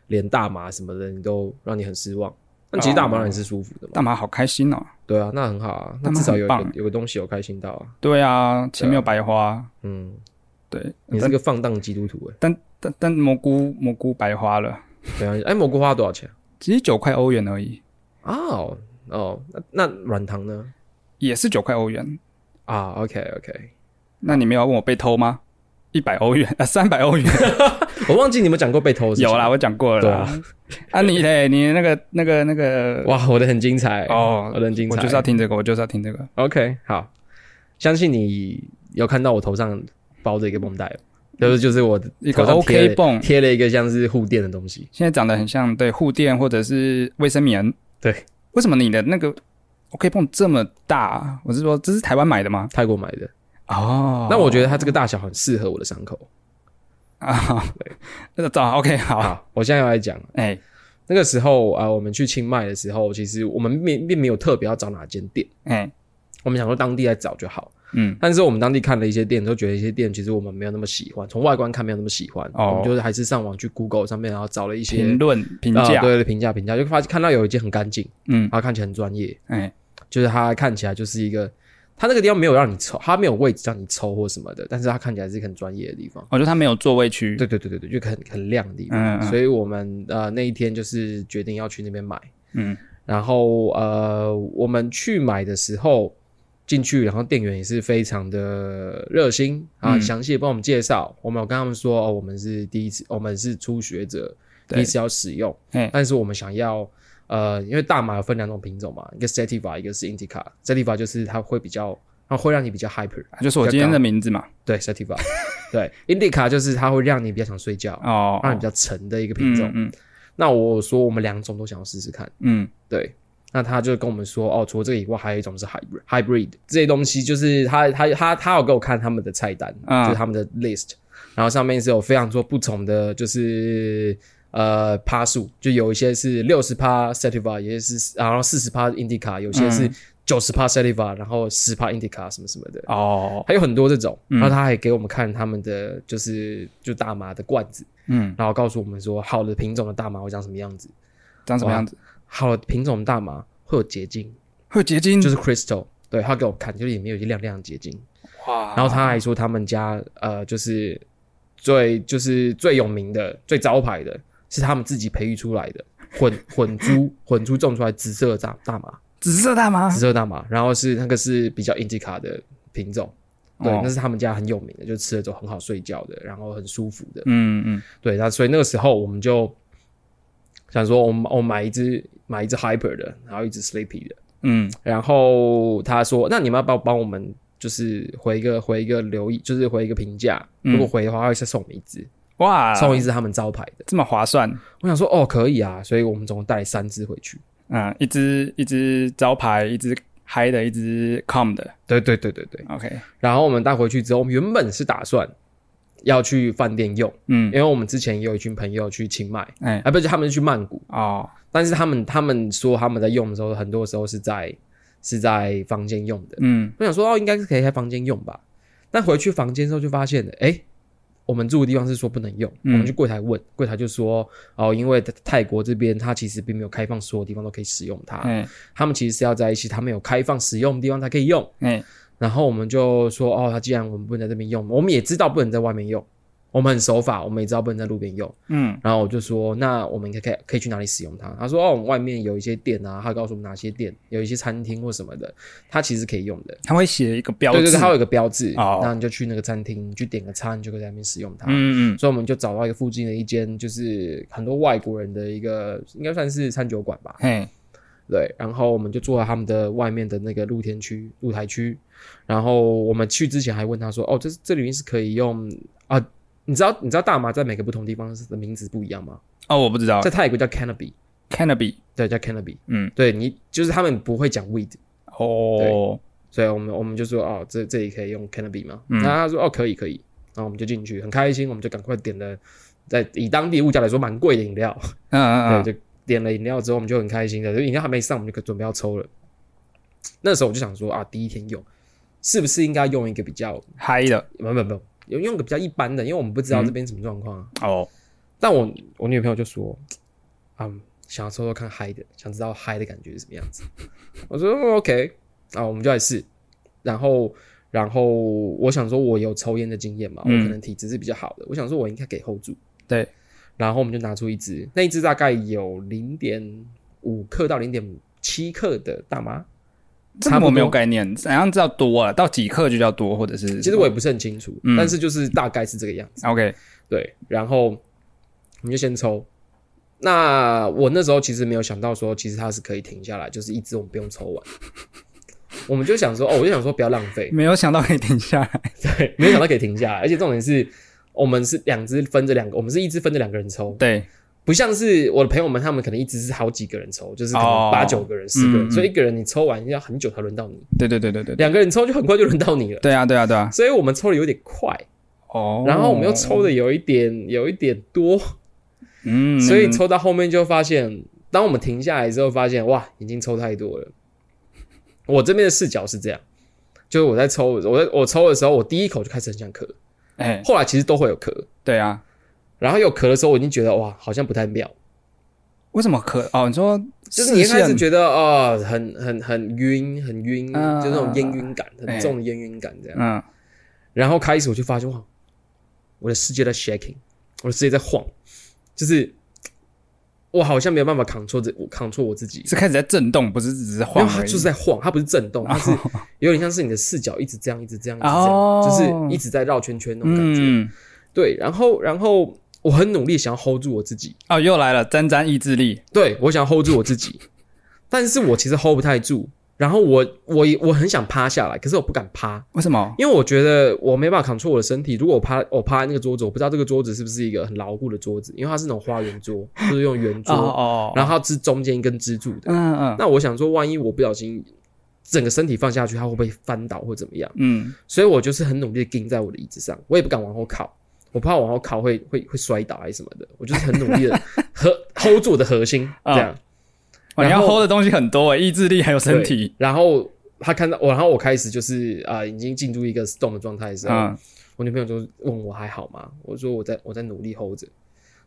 Speaker 2: 连大麻什么的你都让你很失望。但其实大麻让你是舒服的嘛，
Speaker 1: 大麻好开心哦。
Speaker 2: 对啊，那很好啊，
Speaker 1: 大
Speaker 2: 那
Speaker 1: 麻
Speaker 2: 至少有一
Speaker 1: 很
Speaker 2: 个
Speaker 1: 棒
Speaker 2: 有个东西有开心到啊，
Speaker 1: 对啊，钱没有白花。
Speaker 2: 嗯，
Speaker 1: 对，
Speaker 2: 你是个放荡基督徒哎，
Speaker 1: 但但但蘑菇蘑菇白花了，
Speaker 2: 没关系，哎，蘑菇花多少钱
Speaker 1: 其实九块欧元而已，
Speaker 2: 啊？哦哦，那那软糖呢？
Speaker 1: 也是九块欧元。
Speaker 2: 啊，OK OK，
Speaker 1: 那你没有要问我被偷吗？一百欧元啊，三百欧元
Speaker 2: 我忘记你们讲过被偷的事情
Speaker 1: 有啦，，我讲过了啦。啊，你嘞，你那个那个那个，
Speaker 2: 哇，我的很精彩
Speaker 1: 哦
Speaker 2: 我的很精
Speaker 1: 我
Speaker 2: 彩，
Speaker 1: 就是要听这个，我就是要听这个。
Speaker 2: OK，好，相信你有看到我头上包着一个绷带，哦就是就是我
Speaker 1: 一个
Speaker 2: 头上贴了
Speaker 1: OK 绷
Speaker 2: 贴了一个像是护垫的东西。
Speaker 1: 现在长得很像对护垫或者是卫生棉。
Speaker 2: 对，
Speaker 1: 为什么你的那个 OK 泵这么大啊？我是说，这是台湾买的吗？
Speaker 2: 泰国买的，
Speaker 1: 哦
Speaker 2: 那我觉得它这个大小很适合我的伤口。
Speaker 1: 啊， [laughs] 那找 OK 好，
Speaker 2: 好，我现在要来讲，
Speaker 1: 哎、
Speaker 2: 那个时候啊、我们去清迈的时候，其实我们并并没有特别要找哪间店，
Speaker 1: 哎、
Speaker 2: 我们想说当地来找就好。
Speaker 1: 嗯，
Speaker 2: 但是我们当地看了一些店，都觉得一些店其实我们没有那么喜欢，从外观看没有那么喜欢，
Speaker 1: 哦
Speaker 2: 我们就是还是上网去 Google 上面，然后找了一些
Speaker 1: 评论评价
Speaker 2: 啊，对对评价评价，就发现看到有一间很干净，
Speaker 1: 嗯，
Speaker 2: 它看起来很专业，
Speaker 1: 哎、
Speaker 2: 就是它看起来就是一个，它那个地方没有让你抽，它没有位置让你抽或什么的，但是它看起来是一个很专业的地方。
Speaker 1: 我觉得它没有座位区，
Speaker 2: 对对对对对，就很很亮的地方。
Speaker 1: 嗯嗯
Speaker 2: 所以我们呃那一天就是决定要去那边买，
Speaker 1: 嗯，
Speaker 2: 然后呃我们去买的时候进去，然后店员也是非常的热心啊，
Speaker 1: 嗯
Speaker 2: 详细地帮我们介绍。我们有跟他们说，哦，我们是第一次，我们是初学者，
Speaker 1: 对
Speaker 2: 第一次要使用
Speaker 1: 嘿，
Speaker 2: 但是我们想要。呃，因为大麻有分两种品种嘛，一个 sativa，一个是 indica，sativa 就是它会比较，它会让你比较 hyper，
Speaker 1: 啊就是我今天的名字嘛，
Speaker 2: 对 sativa，对 [laughs] indica 就是它会让你比较想睡觉，
Speaker 1: 哦，
Speaker 2: 让你比较沉的一个品种。
Speaker 1: 嗯嗯
Speaker 2: 那我有说我们两种都想要试试看，
Speaker 1: 嗯，
Speaker 2: 对。那他就跟我们说，哦，除了这个以外，还有一种是 hybrid hybrid 这些东西，就是他他他他有给我看他们的菜单，
Speaker 1: 嗯
Speaker 2: 就是他们的 list，然后上面是有非常多不同的，就是呃趴数，就有一些是六十趴 sativa，有一些是然后四十趴 indica，有些是九十趴 sativa，然后十趴 indica 什么什么的。
Speaker 1: 哦，
Speaker 2: 还有很多这种，然后他还给我们看他们的就是就大麻的罐子，
Speaker 1: 嗯，
Speaker 2: 然后告诉我们说好的品种的大麻会长什么样子，
Speaker 1: 长什么样子？
Speaker 2: 好的品种的大麻会有结晶，
Speaker 1: 会有结晶，
Speaker 2: 就是 crystal，对他给我看，就是里面有一些亮亮的结晶。
Speaker 1: 哇
Speaker 2: 然后他还说他们家呃就是最就是最有名的最招牌的是他们自己培育出来的混混株混株种出来紫色的大大麻，
Speaker 1: 紫色大麻
Speaker 2: 紫，色大麻，然后是那个是比较 indica 的品种。对，
Speaker 1: 哦
Speaker 2: 那是他们家很有名的，就吃了之后很好睡觉的，然后很舒服的。
Speaker 1: 嗯嗯，
Speaker 2: 对，那所以那个时候我们就想说，我们我买一只买一只 hyper 的，然后一只 sleepy 的。
Speaker 1: 嗯，
Speaker 2: 然后他说：“那你们要不要帮我们，就是回一个回一个留意，就是回一个评价？如果回的话，会再送我们一只，
Speaker 1: 哇，
Speaker 2: 送我一只他们招牌的。
Speaker 1: 这么划算，”
Speaker 2: 我想说：“哦，可以啊。”所以我们总共带三只回去。
Speaker 1: 嗯，一只一只招牌，一只嗨的，一只 com 的
Speaker 2: 对对对对对。
Speaker 1: ，OK，
Speaker 2: 然后我们带回去之后，我们原本是打算要去饭店用，
Speaker 1: 嗯
Speaker 2: 因，为我们之前也有一群朋友去清迈，
Speaker 1: 哎，
Speaker 2: 啊，不是他们是去曼谷，
Speaker 1: 哦，
Speaker 2: 但是他们他们说他们在用的时候，很多时候是在是在房间用的。
Speaker 1: 嗯，
Speaker 2: 我想说哦，应该是可以在房间用吧。但回去房间之后就发现了，哎、我们住的地方是说不能用。
Speaker 1: 嗯
Speaker 2: 我们去柜台问，柜台就说哦，因为泰国这边它其实并没有开放所有地方都可以使用它，
Speaker 1: 哎
Speaker 2: 他们其实是要在一些他们有开放使用的地方才可以用。
Speaker 1: 哎，
Speaker 2: 然后我们就说哦，他既然我们不能在这边用，我们也知道不能在外面用，我们很守法，我们也知道不能在路边用。
Speaker 1: 嗯
Speaker 2: 然后我就说，那我们可以可以可以去哪里使用它？他说，哦，我们外面有一些店啊，他告诉我们哪些店，有一些餐厅或什么的，它其实可以用的。
Speaker 1: 他会写一个标
Speaker 2: 对对
Speaker 1: 志
Speaker 2: 对，，它会有一个标志，
Speaker 1: 哦
Speaker 2: 那你就去那个餐厅，你去点个餐，你就可以在那边使用它。
Speaker 1: 嗯嗯
Speaker 2: 所以我们就找到一个附近的一间，就是很多外国人的一个，应该算是餐酒馆吧
Speaker 1: 嗯，。嘿，
Speaker 2: 对，然后我们就坐在他们的外面的那个露天区、露台区。然后我们去之前还问他说：“哦，这是这里面是可以用啊？你知道你知道大麻在每个不同地方的名字不一样吗？
Speaker 1: 哦，我不知道
Speaker 2: 在泰国叫 cannabis，
Speaker 1: ，Canopy，
Speaker 2: 对，叫 cannabis。
Speaker 1: 嗯，
Speaker 2: 对你就是他们不会讲 weed，
Speaker 1: 哦，
Speaker 2: 所以我们我们就说哦，这这里可以用 cannabis 吗？然后他说哦，可以可以，然后我们就进去，很开心，我们就赶快点了，在以当地物价来说蛮贵的饮料，
Speaker 1: 嗯嗯嗯，
Speaker 2: [laughs] 对，就点了饮料之后，我们就很开心的，就饮料还没上，我们就准备要抽了。那时候我就想说啊，第一天用是不是应该用一个比较
Speaker 1: 嗨的，
Speaker 2: 没有没有没有，用用个比较一般的，因为我们不知道这边什么状况啊。
Speaker 1: 哦，
Speaker 2: 但我我女朋友就说，嗯，想要抽抽看嗨的，想知道嗨的感觉是什么样子。我说嗯 OK 啊，我们就来试。然后，然后我想说，我有抽烟的经验嘛，我
Speaker 1: 嗯
Speaker 2: 可能体质是比较好的，我想说我应该给 hold 住。
Speaker 1: 对，
Speaker 2: 然后我们就拿出一支，那一支大概有零点五克到零点七克的大麻，
Speaker 1: 这
Speaker 2: 差不
Speaker 1: 我
Speaker 2: 多
Speaker 1: 没有概念，怎样知道多啊？到几克就叫多，或者是？
Speaker 2: 其实我也不是很清楚，
Speaker 1: 嗯
Speaker 2: 但是就是大概是这个样子。
Speaker 1: OK，
Speaker 2: 对，然后我们就先抽。那我那时候其实没有想到说，其实它是可以停下来，就是一支我们不用抽完。我们就想说，哦，我就想说不要浪费，
Speaker 1: 没有想到可以停下来，
Speaker 2: 对，没有想到可以停下来，而且重点是我们是两支分着两个，我们是一支分着两个人抽，
Speaker 1: 对，
Speaker 2: 不像是我的朋友们，他们可能一直是好几个人抽，就是可能
Speaker 1: 哦
Speaker 2: 八九个人、十个
Speaker 1: 嗯
Speaker 2: 人，
Speaker 1: 嗯
Speaker 2: 所以一个人你抽完要很久才轮到你，
Speaker 1: 对对对对对对，
Speaker 2: 两个人抽就很快就轮到你了，
Speaker 1: 对啊对啊对啊，
Speaker 2: 所以我们抽的有点快，
Speaker 1: 哦，
Speaker 2: 然后我们又抽，的有一点有一点多，
Speaker 1: 嗯，
Speaker 2: 所以抽到后面就发现，当我们停下来之后，发现哇，已经抽太多了。我这边的视角是这样，就是我在抽，我在我抽的时候，我第一口就开始很想咳，
Speaker 1: 哎，
Speaker 2: 后来其实都会有咳，
Speaker 1: 对啊，
Speaker 2: 然后有咳的时候，我已经觉得哇，好像不太妙，
Speaker 1: 为什么可？哦，你说
Speaker 2: 就是你一开始
Speaker 1: 得
Speaker 2: 觉得哦，很很很晕，很晕，
Speaker 1: 啊
Speaker 2: 就那种烟晕感，
Speaker 1: 哎
Speaker 2: 很重的烟晕感这样。
Speaker 1: 嗯
Speaker 2: 然后开始我就发现哇，我的世界在 shaking，我的世界在晃，就是我好像没有办法 control 这 control 我自己，
Speaker 1: 是开始在震动，不是只是
Speaker 2: 没
Speaker 1: 晃
Speaker 2: 有，它
Speaker 1: 而已，
Speaker 2: 就是在晃，它不是震动，它是
Speaker 1: [laughs]
Speaker 2: 有点像是你的视角一直这样，一直这样，一直这样，
Speaker 1: 哦
Speaker 2: 就是一直在绕圈圈那种感觉。
Speaker 1: 嗯，
Speaker 2: 对，然后然后我很努力想要 hold 住我自己，
Speaker 1: 哦，又来了，沾沾意志力，
Speaker 2: 对我想要 hold 住我自己，但是我其实 hold 不太住，然后我我我很想趴下来，可是我不敢趴，
Speaker 1: 为什么？
Speaker 2: 因为我觉得我没办法 control 我的身体。如果我趴我趴在那个桌子，我不知道这个桌子是不是一个很牢固的桌子，因为它是那种花园桌，就是用圆桌，
Speaker 1: 哦哦，
Speaker 2: 然
Speaker 1: 后
Speaker 2: 后它是中间一根支柱的。
Speaker 1: 嗯嗯
Speaker 2: 那我想说，万一我不小心整个身体放下去，它会不会翻倒或怎么样？
Speaker 1: 嗯，
Speaker 2: 所以我就是很努力的钉在我的椅子上，我也不敢往后靠，我怕我往后靠会会会摔倒还是什么的，我就是很努
Speaker 1: [laughs]
Speaker 2: 力的和 hold 住我的核心
Speaker 1: 啊
Speaker 2: 这样。
Speaker 1: 哇你
Speaker 2: 然
Speaker 1: 要
Speaker 2: 后
Speaker 1: hold 的东西很多诶，欸意志力还有身体
Speaker 2: 对，然后他看到我，然后我开始就是啊、已经进入一个 storm 的状态的时候，
Speaker 1: 嗯
Speaker 2: 我女朋友就问我还好吗？我说我在我在努力 hold 着。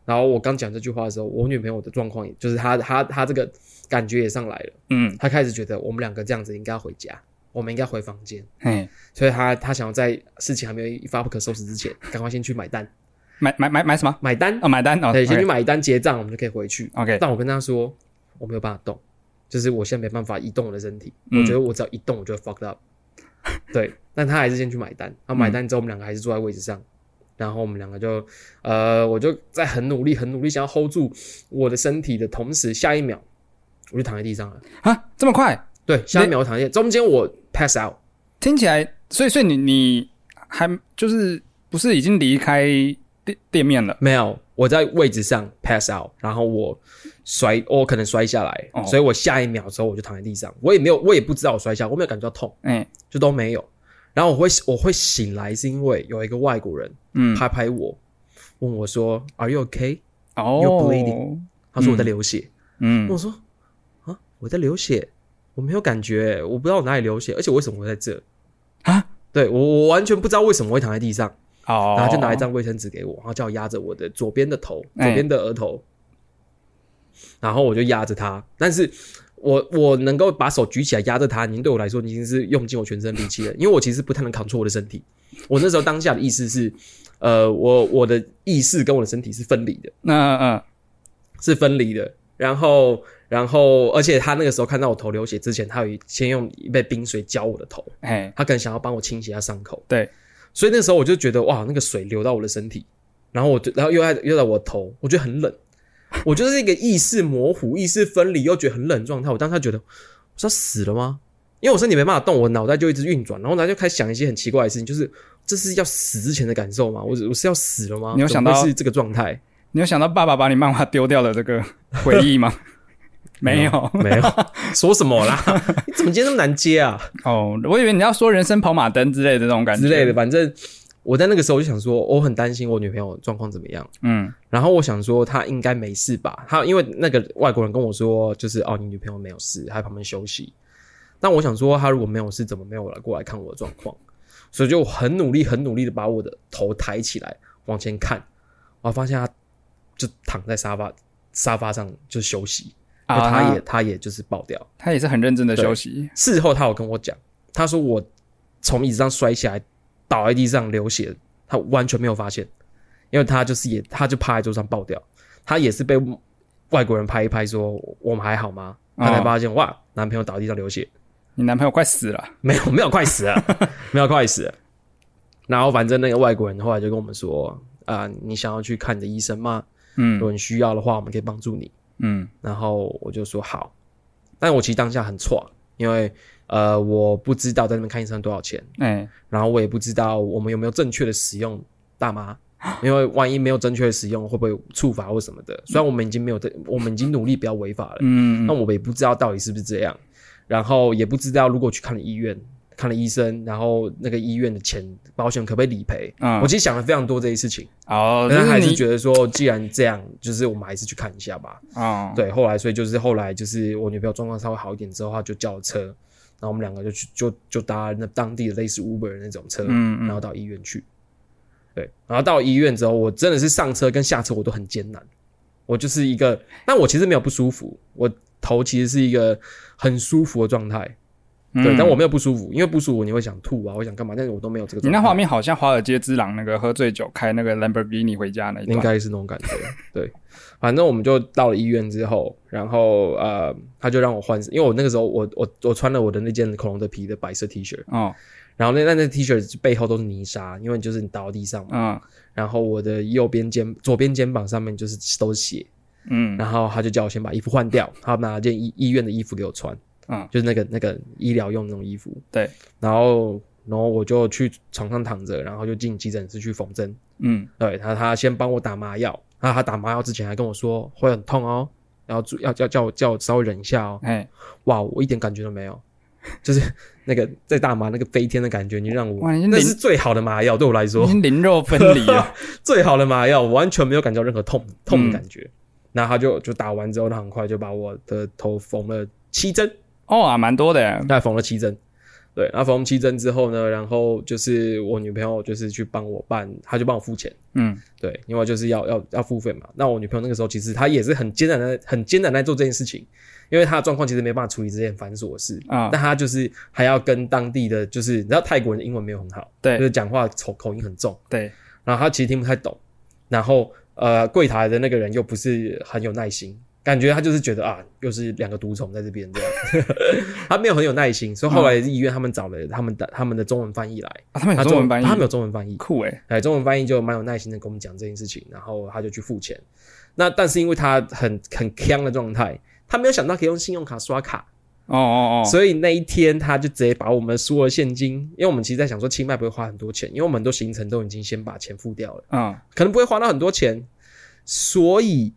Speaker 2: 然后我刚讲这句话的时候，我女朋友的状况也就是她她她这个感觉也上来了，
Speaker 1: 嗯，
Speaker 2: 她开始觉得我们两个这样子应该要回家，我们应该回房间，
Speaker 1: 嘿，
Speaker 2: 所以她她想要在事情还没有一发不可收拾之前，赶快先去买单
Speaker 1: 买买买买什么？
Speaker 2: 买单，
Speaker 1: 哦，买单哦，
Speaker 2: 对，先去买单结账，我们就可以回去。
Speaker 1: OK，
Speaker 2: 但我跟他说，我没有办法动，就是我现在没办法移动我的身体，
Speaker 1: 嗯
Speaker 2: 我觉得我只要一动我就会
Speaker 1: [laughs]
Speaker 2: fucked up。对，但他还是先去买单。他买
Speaker 1: 嗯
Speaker 2: 单之后，我们两个还是坐在位置上，然后我们两个就，呃，我就在很努力、很努力想要 hold 住我的身体的同时，下一秒我就躺在地上了。
Speaker 1: 啊，这么快，
Speaker 2: 对，下一秒我躺在地中间我 pass out，
Speaker 1: 听起来，所以所以你你还就是不是已经离开店店面了？
Speaker 2: 没有，我在位置上 pass out，然后我摔，我可能摔下来，
Speaker 1: 哦
Speaker 2: 所以我下一秒之后我就躺在地上，我也没有，我也不知道我摔下，我没有感觉到痛。
Speaker 1: 哎、
Speaker 2: 就都没有。然后我会我会醒来，是因为有一个外国人
Speaker 1: 嗯，
Speaker 2: 拍拍我，问我说：“Are you okay？”
Speaker 1: 哦
Speaker 2: You're bleeding 他说我在流血。
Speaker 1: 嗯
Speaker 2: 我说：“啊，我在流血，我没有感觉，我不知道我哪里流血，而且为什么会在这？
Speaker 1: 啊，
Speaker 2: 对我我完全不知道为什么会躺在地上。
Speaker 1: 哦，
Speaker 2: 然后他就拿一张卫生纸给我，然后叫我压着我的左边的头，
Speaker 1: 哎
Speaker 2: 左边的额头，然后我就压着他，但是。我我能够把手举起来压着他，已经对我来说已经是用尽我全身力气了，因为我其实不太能 control 我的身体。我那时候当下的意思是，呃，我我的意识跟我的身体是分离的，
Speaker 1: 嗯嗯嗯，
Speaker 2: 是分离的。然后然后，而且他那个时候看到我头流血之前，他有先用一杯冰水浇我的头，
Speaker 1: 哎，
Speaker 2: 他可能想要帮我清洗一下伤口。
Speaker 1: 对，
Speaker 2: 所以那时候我就觉得哇，那个水流到我的身体，然后我就然后又在又在我头，我觉得很冷，我就是一个意识模糊、意识分离又觉得很冷的状态。我当时觉得我是要死了吗？因为我身体没办法动，我脑袋就一直运转，然后呢就开始想一些很奇怪的事情，就是这是要死之前的感受吗？我我是要死了吗？
Speaker 1: 你有想到
Speaker 2: 怎么会是这个状态？
Speaker 1: 你有想到爸爸把你漫画丢掉的这
Speaker 2: [laughs]
Speaker 1: 个回忆吗？没有
Speaker 2: 没
Speaker 1: [laughs]
Speaker 2: 有说什么啦？你怎么今天那么难接啊？
Speaker 1: 哦，我以为你要说人生跑马灯之类的这种感觉
Speaker 2: 之类的，，反正我在那个时候就想说，我很担心我女朋友状况怎么样。
Speaker 1: 嗯
Speaker 2: 然后我想说，他应该没事吧？他因为那个外国人跟我说，就是哦，你女朋友没有事，她在旁边休息。那我想说，他如果没有事，怎么没有来过来看我的状况？所以就很努力、很努力的把我的头抬起来往前看，我发现他就躺在沙发沙发上就休息，因
Speaker 1: 啊，
Speaker 2: 为哎他也、
Speaker 1: 他
Speaker 2: 他也就是爆掉。
Speaker 1: 他也是很认真的休息，
Speaker 2: 事后他有跟我讲，他说我从椅子上摔下来，倒在地上流血，他完全没有发现，因为他就是也他就趴在桌上爆掉，他也是被外国人拍一拍说我们还好吗？
Speaker 1: 哦
Speaker 2: 他才发现、哇，男朋友倒在地上流血，
Speaker 1: 你男朋友快死了，
Speaker 2: 没有没有快死了，没有快死了。然后反正那个外国人后来就跟我们说啊、你想要去看你的医生吗？如
Speaker 1: 嗯
Speaker 2: 果你需要的话，我们可以帮助你。
Speaker 1: 嗯
Speaker 2: 然后我就说好，但我其实当下很错，因为呃我不知道在那边看医生多少钱，
Speaker 1: 哎
Speaker 2: 然后我也不知道我们有没有正确的使用大麻，
Speaker 1: 啊
Speaker 2: 因为万一没有正确的使用，会不会处罚或什么的？虽然我们已经没有在，我们已经努力不要违法了，
Speaker 1: 嗯
Speaker 2: 那我们也不知道到底是不是这样，然后也不知道如果去看了医院。看了医生，然后那个医院的钱保险可不可以理赔？
Speaker 1: 嗯
Speaker 2: 我其实想了非常多这些事情，
Speaker 1: 哦，
Speaker 2: 但是还
Speaker 1: 就是你
Speaker 2: 觉得说，既然这样，就是我们还是去看一下吧。
Speaker 1: 哦，
Speaker 2: 对，后来所以就是后来就是我女朋友状况稍微好一点之后，她就叫了车，然后我们两个就去就就搭那当地的类似 Uber 的那种车，
Speaker 1: 嗯嗯
Speaker 2: 然后到医院去。对，然后到医院之后，我真的是上车跟下车我都很艰难，我就是一个，但我其实没有不舒服，我头其实是一个很舒服的状态，对，
Speaker 1: 嗯
Speaker 2: 但我没有不舒服，因为不舒服你会想吐啊，会想干嘛，但是我都没有这个
Speaker 1: 你
Speaker 2: 状态。
Speaker 1: 那画面好像《华尔街之狼》那个喝醉酒开那个 Lamborghini 回家那一
Speaker 2: 应
Speaker 1: 段。
Speaker 2: 该是那种感觉。对，反正我们就到了医院之后，然后呃，他就让我换，因为我那个时候我我我穿了我的那件恐龙的皮的白色 T 恤，
Speaker 1: 哦，
Speaker 2: 然后那那那 T 恤背后都是泥沙，因为就是你倒在地上嘛。
Speaker 1: 嗯
Speaker 2: 然后我的右边肩左边肩膀上面就是都是血，
Speaker 1: 嗯
Speaker 2: 然后他就叫我先把衣服换掉，他拿了件医医院的衣服给我穿，
Speaker 1: 嗯嗯，
Speaker 2: 就是那个那个医疗用那种衣服。
Speaker 1: 对，
Speaker 2: 然后然后我就去床上躺着，然后就进急诊室去缝针。
Speaker 1: 嗯，
Speaker 2: 对他，他先帮我打麻药，那他打麻药之前还跟我说会很痛哦，然后注要要叫我叫我稍微忍一下哦。
Speaker 1: 哎，
Speaker 2: 哇，我一点感觉都没有，就是 [laughs] 那个在大麻那个飞天的感觉，你让我
Speaker 1: 哇你是
Speaker 2: 那
Speaker 1: 零
Speaker 2: 是最好的麻药，对我来说
Speaker 1: 已经灵肉分离
Speaker 2: [laughs]
Speaker 1: 了。
Speaker 2: 最好的麻药，我完全没有感觉到任何痛
Speaker 1: 嗯
Speaker 2: 痛的感觉。然后他就就打完之后，他很快就把我的头缝了七针，
Speaker 1: 哦啊，蛮多的。
Speaker 2: 大概缝了七针。对，然后缝七针之后呢，然后就是我女朋友就是去帮我办，她就帮我付钱。
Speaker 1: 嗯，
Speaker 2: 对，因为就是要要要付费嘛。那我女朋友那个时候其实她也是很艰难的，很艰难在做这件事情，因为她的状况其实没办法处理这件繁琐的事
Speaker 1: 啊
Speaker 2: 但她就是还要跟当地的，就是你知道泰国人的英文没有很好，
Speaker 1: 对
Speaker 2: 就是讲话口口音很重，
Speaker 1: 对，
Speaker 2: 然后她其实听不太懂，然后呃柜台的那个人又不是很有耐心。感觉她就是觉得啊，又是两个毒虫在这边这样， [laughs] 她没有很有耐心，所以后来医院他们找了他们的他们的中文翻译来，
Speaker 1: 啊，他们有
Speaker 2: 他
Speaker 1: 啊中文翻译，
Speaker 2: 他们有中文翻译，
Speaker 1: 酷哎。
Speaker 2: 哎，中文翻译就蛮有耐心的跟我们讲这件事情，然后他就去付钱。那但是因为他很很呛的状态，他没有想到可以用信用卡刷卡，
Speaker 1: 哦哦哦，
Speaker 2: 所以那一天他就直接把我们所有的现金，因为我们其实在想说清迈不会花很多钱，因为我们很多行程都已经先把钱付掉了，
Speaker 1: 嗯，
Speaker 2: 可能不会花到很多钱，所以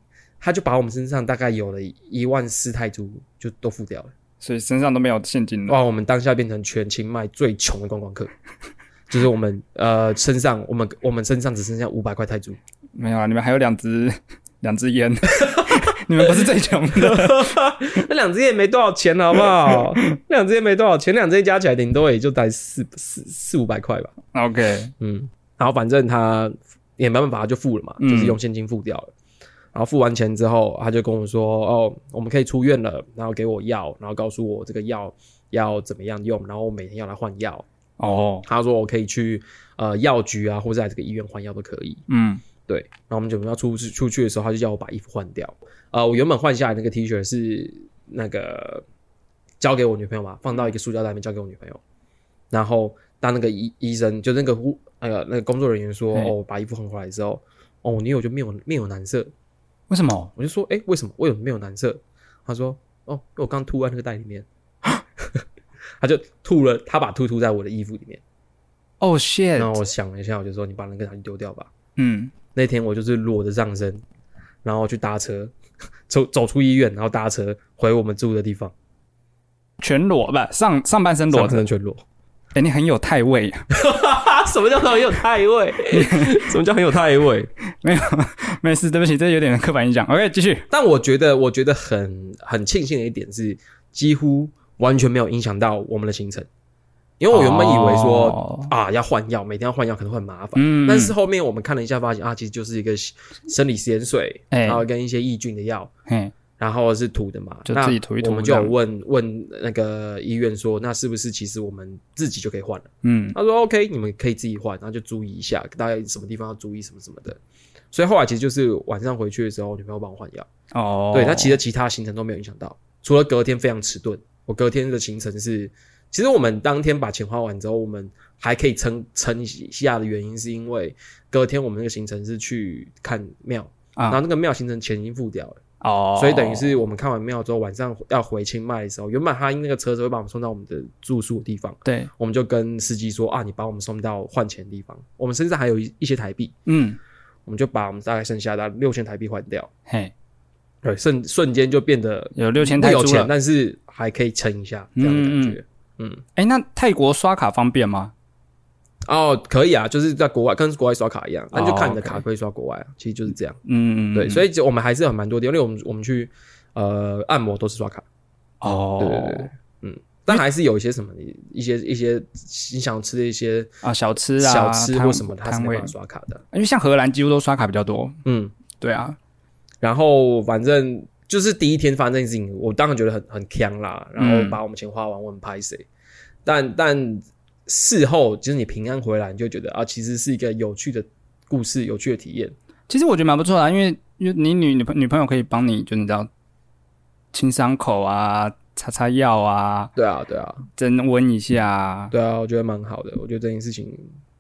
Speaker 2: 他就把我们身上大概有了一万四泰铢就都付掉了。
Speaker 1: 所以身上都没有现金了。
Speaker 2: 哇，我们当下变成全清迈最穷的观光客，就是我们呃身上我们我们身上只剩下五百块泰铢。
Speaker 1: 没有啊，你们还有两支 [laughs] 两支
Speaker 2: [laughs]
Speaker 1: 烟，你们不是最穷的。
Speaker 2: 那两只也没多少钱，好不好？那两只也没多少钱，两只加起来顶多也就才四四四五百块吧。
Speaker 1: OK，
Speaker 2: 嗯，然后反正他也没办法，他就付了嘛，
Speaker 1: 嗯
Speaker 2: 就是用现金付掉了。然后付完钱之后，他就跟我说：“哦，我们可以出院了。”然后给我药，然后告诉我这个药要怎么样用，然后我每天要来换药。
Speaker 1: 哦，
Speaker 2: 他说我可以去呃药局啊，或者在这个医院换药都可以。
Speaker 1: 嗯
Speaker 2: 对，然后我们准备要出去出去的时候，他就叫我把衣服换掉。呃，我原本换下来那个 T 恤是那个交给我女朋友嘛，放到一个塑胶袋里面交给我女朋友。然后当那个医医生就那个护那个那个工作人员说：“
Speaker 1: 嘿
Speaker 2: 哦，我把衣服换回来之后，哦，我女友就面有面有难色。
Speaker 1: 为什么”？
Speaker 2: 我就说：“哎，为什么？为什么面有难色？”他说：“哦，因为我刚吐在那个袋里面。” [laughs] 他就吐了，他把吐吐在我的衣服里面。
Speaker 1: 哦
Speaker 2: 然
Speaker 1: ，shit，
Speaker 2: 后我想了一下，我就说：“你把那个拿去丢掉吧。”
Speaker 1: 嗯，
Speaker 2: 那天我就是裸着上身，然后去搭车， [laughs] 走走出医院，然后搭车回我们住的地方，
Speaker 1: 全裸吧，上上半身裸
Speaker 2: 裸
Speaker 1: 着。
Speaker 2: 身全裸。
Speaker 1: 哎，你很有态味啊。
Speaker 2: 啊， [laughs] 什么叫很有太
Speaker 1: [laughs]
Speaker 2: 位？什么叫很有太位？
Speaker 1: 没有，没事，对不起，这有点刻板印象。OK，继续。
Speaker 2: 但我觉得，我觉得很很庆幸的一点是，几乎完全没有影响到我们的行程，因为我原本以为说、
Speaker 1: 哦
Speaker 2: 啊要换药，每天要换药可能会很麻烦。
Speaker 1: 嗯，
Speaker 2: 但是后面我们看了一下，发现啊，其实就是一个生理食盐水，
Speaker 1: 哎
Speaker 2: 然后跟一些抑菌的药，
Speaker 1: 嘿，
Speaker 2: 然后是涂的嘛，
Speaker 1: 就
Speaker 2: 那
Speaker 1: 自己涂一涂
Speaker 2: 我们就有
Speaker 1: 这样
Speaker 2: 问问那个医院说，那是不是其实我们自己就可以换了？
Speaker 1: 嗯
Speaker 2: 他说 OK，你们可以自己换，然后就注意一下，大概什么地方要注意什么什么的。所以后来其实就是晚上回去的时候，我女朋友帮我换药。
Speaker 1: 哦，
Speaker 2: 对，那其实其他行程都没有影响到，除了隔天非常迟钝。我隔天的行程是，其实我们当天把钱花完之后，我们还可以撑撑一下的原因，是因为隔天我们那个行程是去看庙，
Speaker 1: 啊
Speaker 2: 然后那个庙行程钱已经付掉了。
Speaker 1: 哦，
Speaker 2: 所以等于是我们看完庙之后，晚上要回清迈的时候，原本他那个车子会把我们送到我们的住宿的地方，
Speaker 1: 对，
Speaker 2: 我们就跟司机说啊，你把我们送到换钱的地方，我们身上还有一一些台币，
Speaker 1: 嗯，
Speaker 2: 我们就把我们大概剩下的六千台币换掉，
Speaker 1: 嘿，
Speaker 2: 对，瞬瞬间就变得
Speaker 1: 有六千
Speaker 2: 不
Speaker 1: 泰
Speaker 2: 有
Speaker 1: 铢
Speaker 2: 钱，
Speaker 1: 了。
Speaker 2: 但是还可以撑一下这样的感觉。嗯
Speaker 1: 哎，那泰国刷卡方便吗？
Speaker 2: 哦，可以啊，就是在国外跟国外刷卡一样，那就看你
Speaker 1: 哦
Speaker 2: 的
Speaker 1: ，OK
Speaker 2: 卡可以刷国外啊，其实就是这样。
Speaker 1: 嗯，
Speaker 2: 对，所
Speaker 1: 以
Speaker 2: 以就我们还是有蛮多地方，因为我们我们去呃按摩都是刷卡。
Speaker 1: 哦，
Speaker 2: 对对对，嗯，但还是有一些什么一些一些你想吃的一些
Speaker 1: 啊，小吃啊，
Speaker 2: 小吃
Speaker 1: 摊
Speaker 2: 或什么的，它是
Speaker 1: 摊
Speaker 2: 没
Speaker 1: 位
Speaker 2: 办法，刷卡的。
Speaker 1: 因为像荷兰几乎都刷卡比较多。
Speaker 2: 嗯，
Speaker 1: 对啊，
Speaker 2: 然后反正就是第一天发生这件事情，我当然觉得很很呛啦，然后
Speaker 1: 嗯
Speaker 2: 把我们钱花完，我很拍谁。但但事后，就是你平安回来，你就觉得啊，其实是一个有趣的故事，有趣的体验。
Speaker 1: 其实我觉得蛮不错的啊，因为因为你女女朋女朋友可以帮你，就你知道清伤口啊，擦擦药啊，
Speaker 2: 对啊，对啊，
Speaker 1: 增温一下啊。
Speaker 2: 对啊，我觉得蛮好的。我觉得这件事情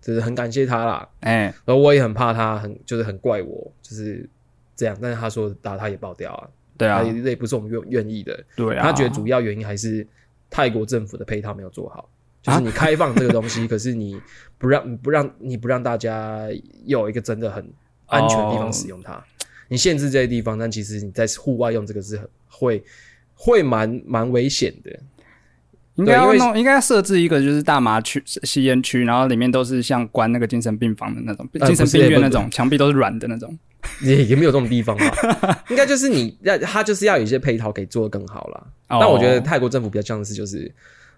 Speaker 2: 就是很感谢他啦，
Speaker 1: 哎，
Speaker 2: 然后我也很怕他很就是很怪我，就是这样。但是他说打他也爆掉啊，
Speaker 1: 对啊
Speaker 2: 他，也这也不是我们愿愿意的。
Speaker 1: 对啊，
Speaker 2: 他觉得主要原因还是泰国政府的配套没有做好，
Speaker 1: 啊
Speaker 2: 就是你开放这个
Speaker 1: [laughs]
Speaker 2: 东西，可是你不让不让你不让大家有一个真的很安全的地方使用
Speaker 1: 哦
Speaker 2: 它，你限制这些地方，但其实你在户外用这个是很会会蛮蛮危险的。
Speaker 1: 应该要
Speaker 2: 对因为
Speaker 1: 弄，应该要设置一个就是大麻区、吸烟区，然后里面都是像关那个精神病房的那种、
Speaker 2: 呃
Speaker 1: 精神
Speaker 2: 不是
Speaker 1: 病院
Speaker 2: 不
Speaker 1: 那
Speaker 2: 是
Speaker 1: 种，墙壁都是软的那种。
Speaker 2: 也也没有这种地方吧？
Speaker 1: [laughs]
Speaker 2: 应该就是你要他就是要有一些配套可以做得更好啦。
Speaker 1: 哦
Speaker 2: 但我觉得泰国政府比较像是就是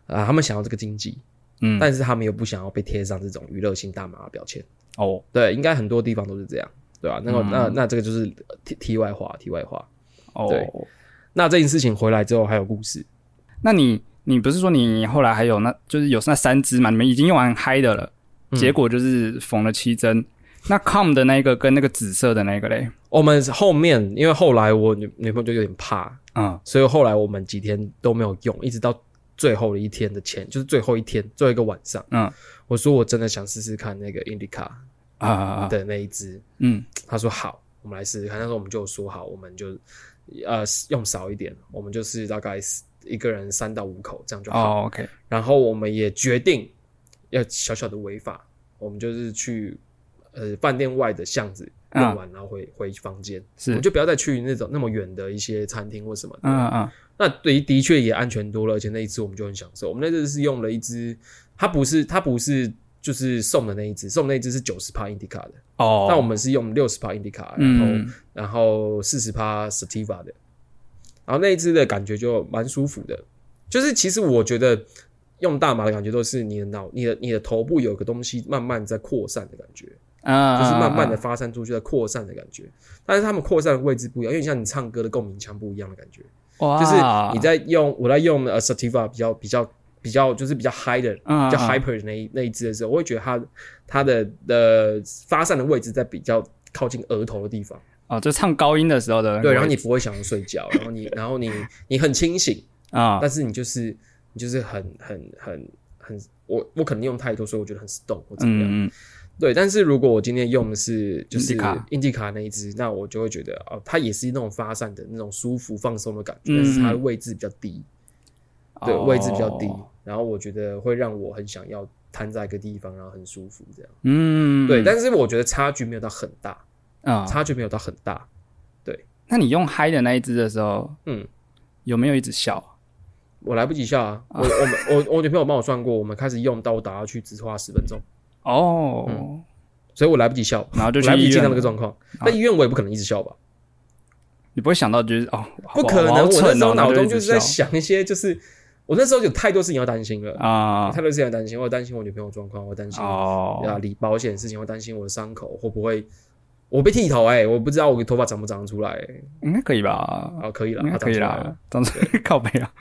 Speaker 2: 啊、他们想要这个经济，
Speaker 1: 嗯，
Speaker 2: 但是他们又不想要被贴上这种娱乐性大麻的标签。
Speaker 1: 哦，
Speaker 2: 对，应该很多地方都是这样，对吧、那
Speaker 1: 嗯
Speaker 2: 个、那那这个就是呃题题外话，题外话。对
Speaker 1: 哦，
Speaker 2: 那这件事情回来之后还有故事，
Speaker 1: 那你你不是说你后来还有那就是有那三支嘛？你们已经用完嗨的了，
Speaker 2: 嗯
Speaker 1: 结果就是缝了七针。那 com 的那个跟那个紫色的那个嘞，
Speaker 2: 我们后面因为后来我女女朋友就有点怕，
Speaker 1: 嗯，
Speaker 2: 所以后来我们几天都没有用，一直到最后的一天的前，就是最后一天最后一个晚上，
Speaker 1: 嗯，
Speaker 2: 我说我真的想试试看那个 Indica
Speaker 1: 啊啊啊，
Speaker 2: 的那一支，
Speaker 1: 嗯，
Speaker 2: 他说好，我们来试试看。那时候我们就说好，我们就呃用少一点，我们就是大概一个人三到五口这样就好。
Speaker 1: 哦，OK，
Speaker 2: 然后我们也决定要小小的违法，我们就是去呃饭店外的巷子
Speaker 1: 嗯
Speaker 2: 用完，然后回回房间，
Speaker 1: 是
Speaker 2: 我们就不要再去那种那么远的一些餐厅或什么的。
Speaker 1: 嗯嗯
Speaker 2: 那对于的确也安全多了，而且那一支我们就很享受。我们那次是用了一支，它不是它不是就是送的那一支，送的那一支是九十帕 indica 的，
Speaker 1: 哦，
Speaker 2: 那、我们是用六十帕 indica，然后、
Speaker 1: 嗯
Speaker 2: 然后四十帕 sativa 的，然后那一支的感觉就蛮舒服的。就是其实我觉得用大麻的感觉都是你的脑、你的你的头部有个东西慢慢在扩散的感觉，
Speaker 1: 啊，
Speaker 2: 就是慢慢
Speaker 1: 啊
Speaker 2: 的发散出去、在扩散的感觉。但是他们扩散的位置不一样，因为像你唱歌的共鸣腔不一样的感觉。
Speaker 1: 啊
Speaker 2: 就是
Speaker 1: 哇
Speaker 2: 你在用我在用呃 Sativa 比较比较比较就是比较 high 的、
Speaker 1: 嗯
Speaker 2: 比较
Speaker 1: 嗯
Speaker 2: hyper 的那一那一支的时候，我会觉得它它的呃发散的位置在比较靠近额头的地方，
Speaker 1: 哦，就唱高音的时候的那个
Speaker 2: 对，然后
Speaker 1: 位
Speaker 2: 你
Speaker 1: 置
Speaker 2: 不会想要睡觉，然
Speaker 1: [laughs]
Speaker 2: 后你然后你你很清醒，
Speaker 1: 啊
Speaker 2: 但是你就是你就是很很很很我我可能用太多，所以我觉得很 stone 或怎么样。
Speaker 1: 嗯嗯
Speaker 2: 对，但是如果我今天用的是就是
Speaker 1: Indica
Speaker 2: 印第卡那一支，那我就会觉得哦，它也是那种发散的那种舒服放松的感觉，
Speaker 1: 嗯
Speaker 2: 但是它的位置比较低。对，
Speaker 1: 哦
Speaker 2: 位置比较低，然后我觉得会让我很想要瘫在一个地方，然后很舒服这样。
Speaker 1: 嗯
Speaker 2: 对，但是我觉得差距没有到很大，
Speaker 1: 啊，
Speaker 2: 差距没有到很大。
Speaker 1: 那你用嗨的那一支的时候，
Speaker 2: 嗯，
Speaker 1: 有没有一直笑？
Speaker 2: 我来不及笑啊，我我们我我女朋友帮我算过，我们开始用到我打下去只花十分钟，
Speaker 1: 哦，
Speaker 2: 所以我来不及笑，
Speaker 1: 然后就
Speaker 2: 嗯我
Speaker 1: 去
Speaker 2: 来不及
Speaker 1: 医
Speaker 2: 进
Speaker 1: 院
Speaker 2: 到那
Speaker 1: 了。啊
Speaker 2: 个状况。那医院我也不可能一直笑吧？
Speaker 1: 你不会想到就是哦，
Speaker 2: 不可能，我那
Speaker 1: 那
Speaker 2: 时候脑中
Speaker 1: 哦就
Speaker 2: 就是在想一些，就是我那时候有太多事情要担心了，
Speaker 1: 啊
Speaker 2: 太多事情要担心，我担心我女朋友状况，我担心啊，
Speaker 1: 哦，
Speaker 2: 理保险的事情，我担心我的伤口会不会我被剃头哎、我不知道我的头发长不长得出来、欸。
Speaker 1: 应该可以吧？
Speaker 2: 好，可以了，
Speaker 1: 应该
Speaker 2: 它
Speaker 1: 可以
Speaker 2: 长出来了。
Speaker 1: 啦，当时靠背啊。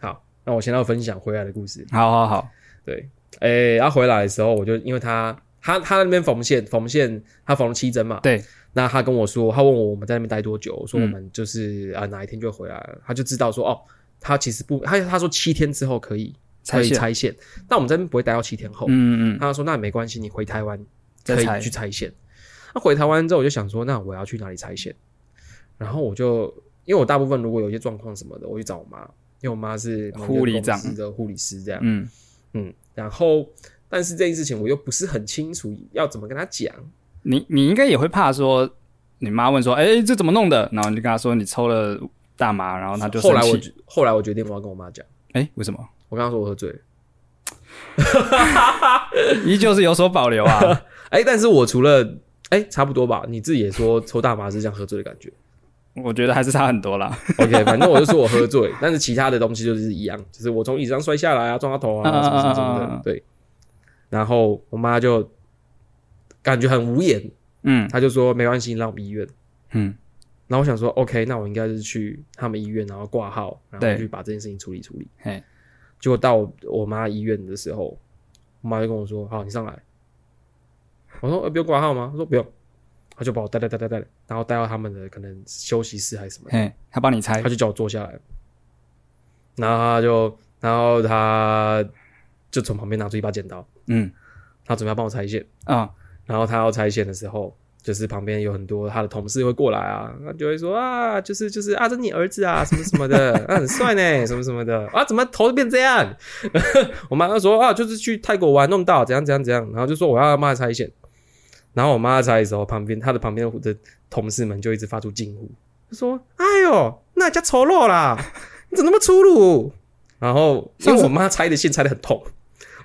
Speaker 2: 好，那我先要分享回来的故事。
Speaker 1: 好好好，
Speaker 2: 对，哎、然后回来的时候，我就因为他他他那边缝线缝线，他缝了七针嘛。
Speaker 1: 对，嗯
Speaker 2: 那他跟我说，他问我我们在那边待多久，我说我们就是啊、哪一天就回来了，他就知道说哦，他其实不，他他说七天之后可以可
Speaker 1: 拆
Speaker 2: 以
Speaker 1: 线
Speaker 2: 拆线，但我们这边不会待到七天后。
Speaker 1: 嗯嗯嗯，
Speaker 2: 他说那没关系，你回台湾
Speaker 1: 再
Speaker 2: 可
Speaker 1: 拆
Speaker 2: 以去拆线。那回台湾之后，我就想说，那我要去哪里拆线？然后我就因为我大部分如果有一些状况什么的，我去找我妈，因为我妈是某一个
Speaker 1: 护理
Speaker 2: 公
Speaker 1: 长
Speaker 2: 司的护理师这样。
Speaker 1: 嗯
Speaker 2: 嗯，然后但是这件事情我又不是很清楚要怎么跟她讲。
Speaker 1: 你你应该也会怕说，你妈问说，哎，这怎么弄的？然后你就跟她说你抽了大麻，然后她就
Speaker 2: 后来
Speaker 1: 生
Speaker 2: 我
Speaker 1: 气
Speaker 2: 决后来我决定我要跟我妈讲，
Speaker 1: 哎，为什么？
Speaker 2: 我跟她说我喝醉了。
Speaker 1: 依旧是有所保留啊。
Speaker 2: [laughs] 哎，但是我除了哎差不多吧，你自己也说抽大麻是像喝醉的感觉。
Speaker 1: 我觉得还是差很多啦。
Speaker 2: OK，反正我就说我喝醉，但是其他的东西就是一样，就是我从椅子上摔下来啊，撞到头啊，
Speaker 1: 啊
Speaker 2: 什么什么什
Speaker 1: 啊啊
Speaker 2: 么
Speaker 1: 啊
Speaker 2: 的。对，然后我妈就感觉很无言，
Speaker 1: 嗯
Speaker 2: 她就说没关系，你让我们医院。
Speaker 1: 嗯，
Speaker 2: 然后我想说，OK，那我应该是去他们医院，然后挂号，然
Speaker 1: 对
Speaker 2: 后去把这件事情处理处理。
Speaker 1: 嘿，
Speaker 2: 结果到我妈医院的时候，我妈就跟我说：“好，你上来。”我说：“呃，不用挂号吗？”她说：“不用。”她就把我带带带带带，然后带到他们的可能休息室还是什么的，
Speaker 1: 嘿，她帮你猜
Speaker 2: 她就叫我坐下来，然后她就，然后她就从旁边拿出一把剪刀，
Speaker 1: 嗯
Speaker 2: 她准备要帮我拆线，
Speaker 1: 啊
Speaker 2: 然后她要拆线的时候，就是旁边有很多他的同事会过来啊，他就会说啊，就是就是啊，这你儿子啊，什么什么的，啊很帅呢，什么什么的啊，怎么头变这样？ [laughs] 我妈就说啊，就是去泰国玩弄到怎样怎样怎样，然后就说我要帮他拆线，然后我妈拆的时候，旁边她的旁边的同事们就一直发出惊呼，就说哎呦，那家丑陋啦，你怎么那么粗鲁？然后因为我妈拆的线拆的很痛，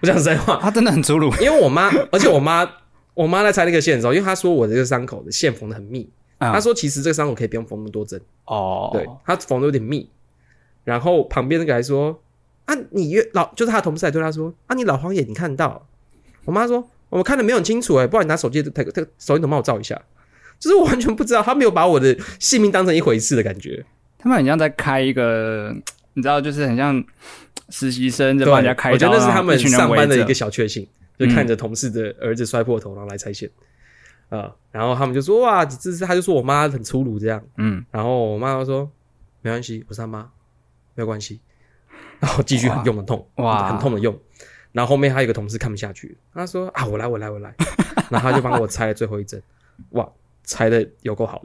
Speaker 2: 我讲实在话，
Speaker 1: 他真的很粗鲁
Speaker 2: 因为我妈，而且我妈，我妈在拆那个线的时候，因为她说我的这个伤口的线缝的很密，
Speaker 1: 啊
Speaker 2: 她说其实这个伤口可以不用缝那么多针，
Speaker 1: 哦
Speaker 2: 对，她缝的有点密。然后旁边那个还说：“啊，你越老就是她的同事还对她说：‘啊，你老花眼，你看得到？’我妈说：‘我看的没有很清楚哎、不然你拿手机的这个这个手电筒帮我照一下。’就是我完全不知道，她没有把我的性命当成一回事的感觉。
Speaker 1: 他们很像在开一个，你知道，就是很像实习生在
Speaker 2: 对，
Speaker 1: 帮人家开刀，
Speaker 2: 我觉得那是
Speaker 1: 然后
Speaker 2: 他们
Speaker 1: 一群人
Speaker 2: 上班
Speaker 1: 围
Speaker 2: 的一
Speaker 1: 着嗯
Speaker 2: 个小确幸，就看着同事的儿子摔破头，然后来拆线。啊、然后他们就说哇，这是他就说我妈很粗鲁这样，
Speaker 1: 嗯，
Speaker 2: 然后我妈就说没关系，我是他妈，没有关系，然后继续很用很痛，
Speaker 1: 哇
Speaker 2: 很痛的用。然后后面还有一个同事看不下去，他说啊，我来，我来，我来，然后他就帮我拆了最后一针， [laughs] 哇，拆的有够好，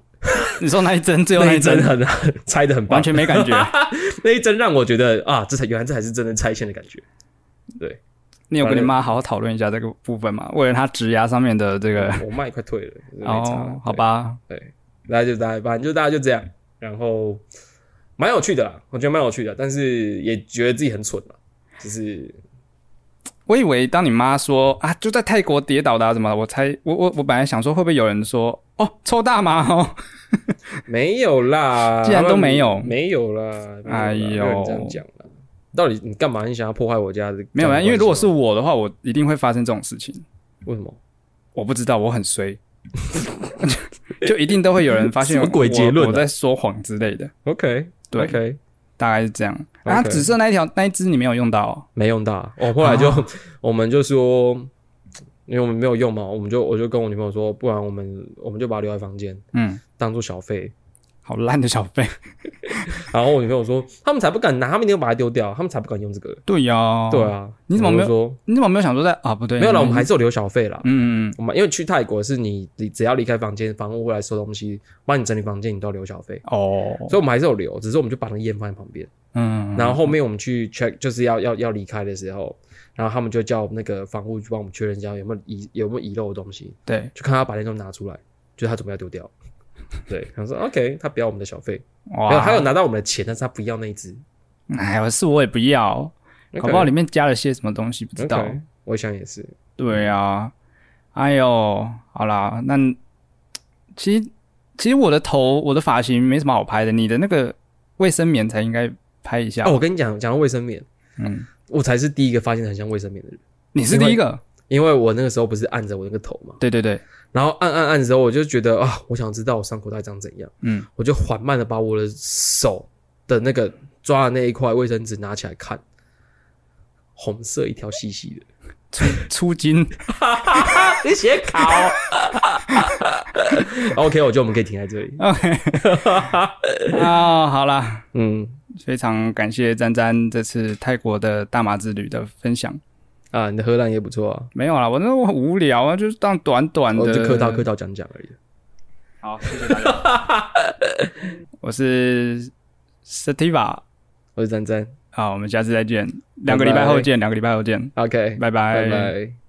Speaker 1: 你说那一针，最后
Speaker 2: 那
Speaker 1: 那
Speaker 2: 一
Speaker 1: 一针
Speaker 2: 针很 [laughs] 拆的很棒
Speaker 1: 完，全没感
Speaker 2: [laughs]
Speaker 1: 觉。
Speaker 2: 那一针让我觉得啊，这才原来这才是真的拆线的感觉。
Speaker 1: 你有跟你妈好好讨论一下这个部分吗？为了她植牙上面的这
Speaker 2: [laughs]
Speaker 1: 个，
Speaker 2: 我妈也快退了，没差了
Speaker 1: 哦，好，吧，
Speaker 2: 大家就大家反正就大家就这样，然后蛮有趣的啦，我觉得蛮有趣的，但是也觉得自己很蠢了，就是
Speaker 1: 我以为当你妈说啊，就在泰国跌倒的、啊、什么的，我猜我我我本来想说会不会有人说哦抽大麻哦，
Speaker 2: 没有啦，
Speaker 1: 既然都没有
Speaker 2: 他们没有啦，没有啦
Speaker 1: 哎呦
Speaker 2: 没有人这样讲啦。到底你干嘛？你想要破坏我家的？
Speaker 1: 没有啊，因为如果是
Speaker 2: 为
Speaker 1: 我的话，我一定会发生这种事情。
Speaker 2: 什么
Speaker 1: 我不知道，我很衰， [laughs] 就就一定都会有人发现
Speaker 2: 什么鬼
Speaker 1: 我
Speaker 2: 结论啊
Speaker 1: 我在说谎之类的，
Speaker 2: ？OK，
Speaker 1: 对
Speaker 2: o k
Speaker 1: 大概是这样。啊，
Speaker 2: OK
Speaker 1: 紫色那一条那一只你没有用到、哦，
Speaker 2: 没用到啊。我后来就、 [laughs] 我们就说，因为我们没有用嘛，我们就我就跟我女朋友说，不然我们我们就把它留在房间
Speaker 1: 嗯，
Speaker 2: 当做小费，
Speaker 1: 好烂的小费。
Speaker 2: 然后我女朋友说，他们才不敢拿，他们一定要把它丢掉，他们才不敢用这个。
Speaker 1: 对呀、
Speaker 2: [laughs] 对，啊，
Speaker 1: 哦你怎么
Speaker 2: 我就
Speaker 1: 没有
Speaker 2: 说？
Speaker 1: 你怎么没有想说在啊？不对，
Speaker 2: 没有了，我们还
Speaker 1: 嗯
Speaker 2: 是有留小费啦。
Speaker 1: 嗯嗯
Speaker 2: 我们因为去泰国是你你只要离开房间，房务会来收东西，帮你整理房间，你都要留小费，
Speaker 1: 哦，
Speaker 2: 所以我们还是有留，只是我们就把那个烟放在旁边。
Speaker 1: 嗯，
Speaker 2: 然后后面我们去 check 就是要要要离开的时候，然后他们就叫那个房务去帮我们确认一下有没有遗有没有遗漏的东西，
Speaker 1: 对，
Speaker 2: 就看他把那东西拿出来，就是他准备要丢掉。对，他说 OK，他不要我们的小费，
Speaker 1: 哇，
Speaker 2: 没有，他有拿到我们的钱，但是他不要那一只。
Speaker 1: 哎呀，是我也不要，搞不好里面加了些什么东西不知道。
Speaker 2: OK，我想也是，
Speaker 1: 对啊，哎呦，好啦，那其实其实我的头我的发型没什么好拍的，你的那个卫生棉才应该拍一下。
Speaker 2: 啊，我跟你讲，讲到卫生棉，
Speaker 1: 嗯，
Speaker 2: 我才是第一个发现很像卫生棉的人，
Speaker 1: 你是第一个，
Speaker 2: 因为我那个时候不是按着我那个头嘛，
Speaker 1: 对对对，
Speaker 2: 然后按按按的时候，我就觉得啊，我想知道我伤口到底长怎样， [laughs]
Speaker 1: 嗯，
Speaker 2: 我就缓慢的把我的手的那个抓的那一块卫生纸拿起来看，红色一条细细的，
Speaker 1: 出出金，
Speaker 2: 你写考？OK，我觉得我们可以停在这里。
Speaker 1: 啊、好啦，
Speaker 2: 嗯
Speaker 1: 非常感谢詹詹这次泰国的大马之旅的分享。
Speaker 2: 啊，你的荷兰也不错啊，
Speaker 1: 没有啦，我那我很无聊啊，就是当短短
Speaker 2: 我
Speaker 1: 的
Speaker 2: 哦就客套客套讲讲而已。
Speaker 1: 好，谢谢大家。
Speaker 2: [laughs]
Speaker 1: 我是 Sativa，
Speaker 2: 我是詹詹
Speaker 1: 好，我们下次再见，两个礼拜后见，两个礼拜后见，
Speaker 2: ，OK，
Speaker 1: 拜拜
Speaker 2: 拜拜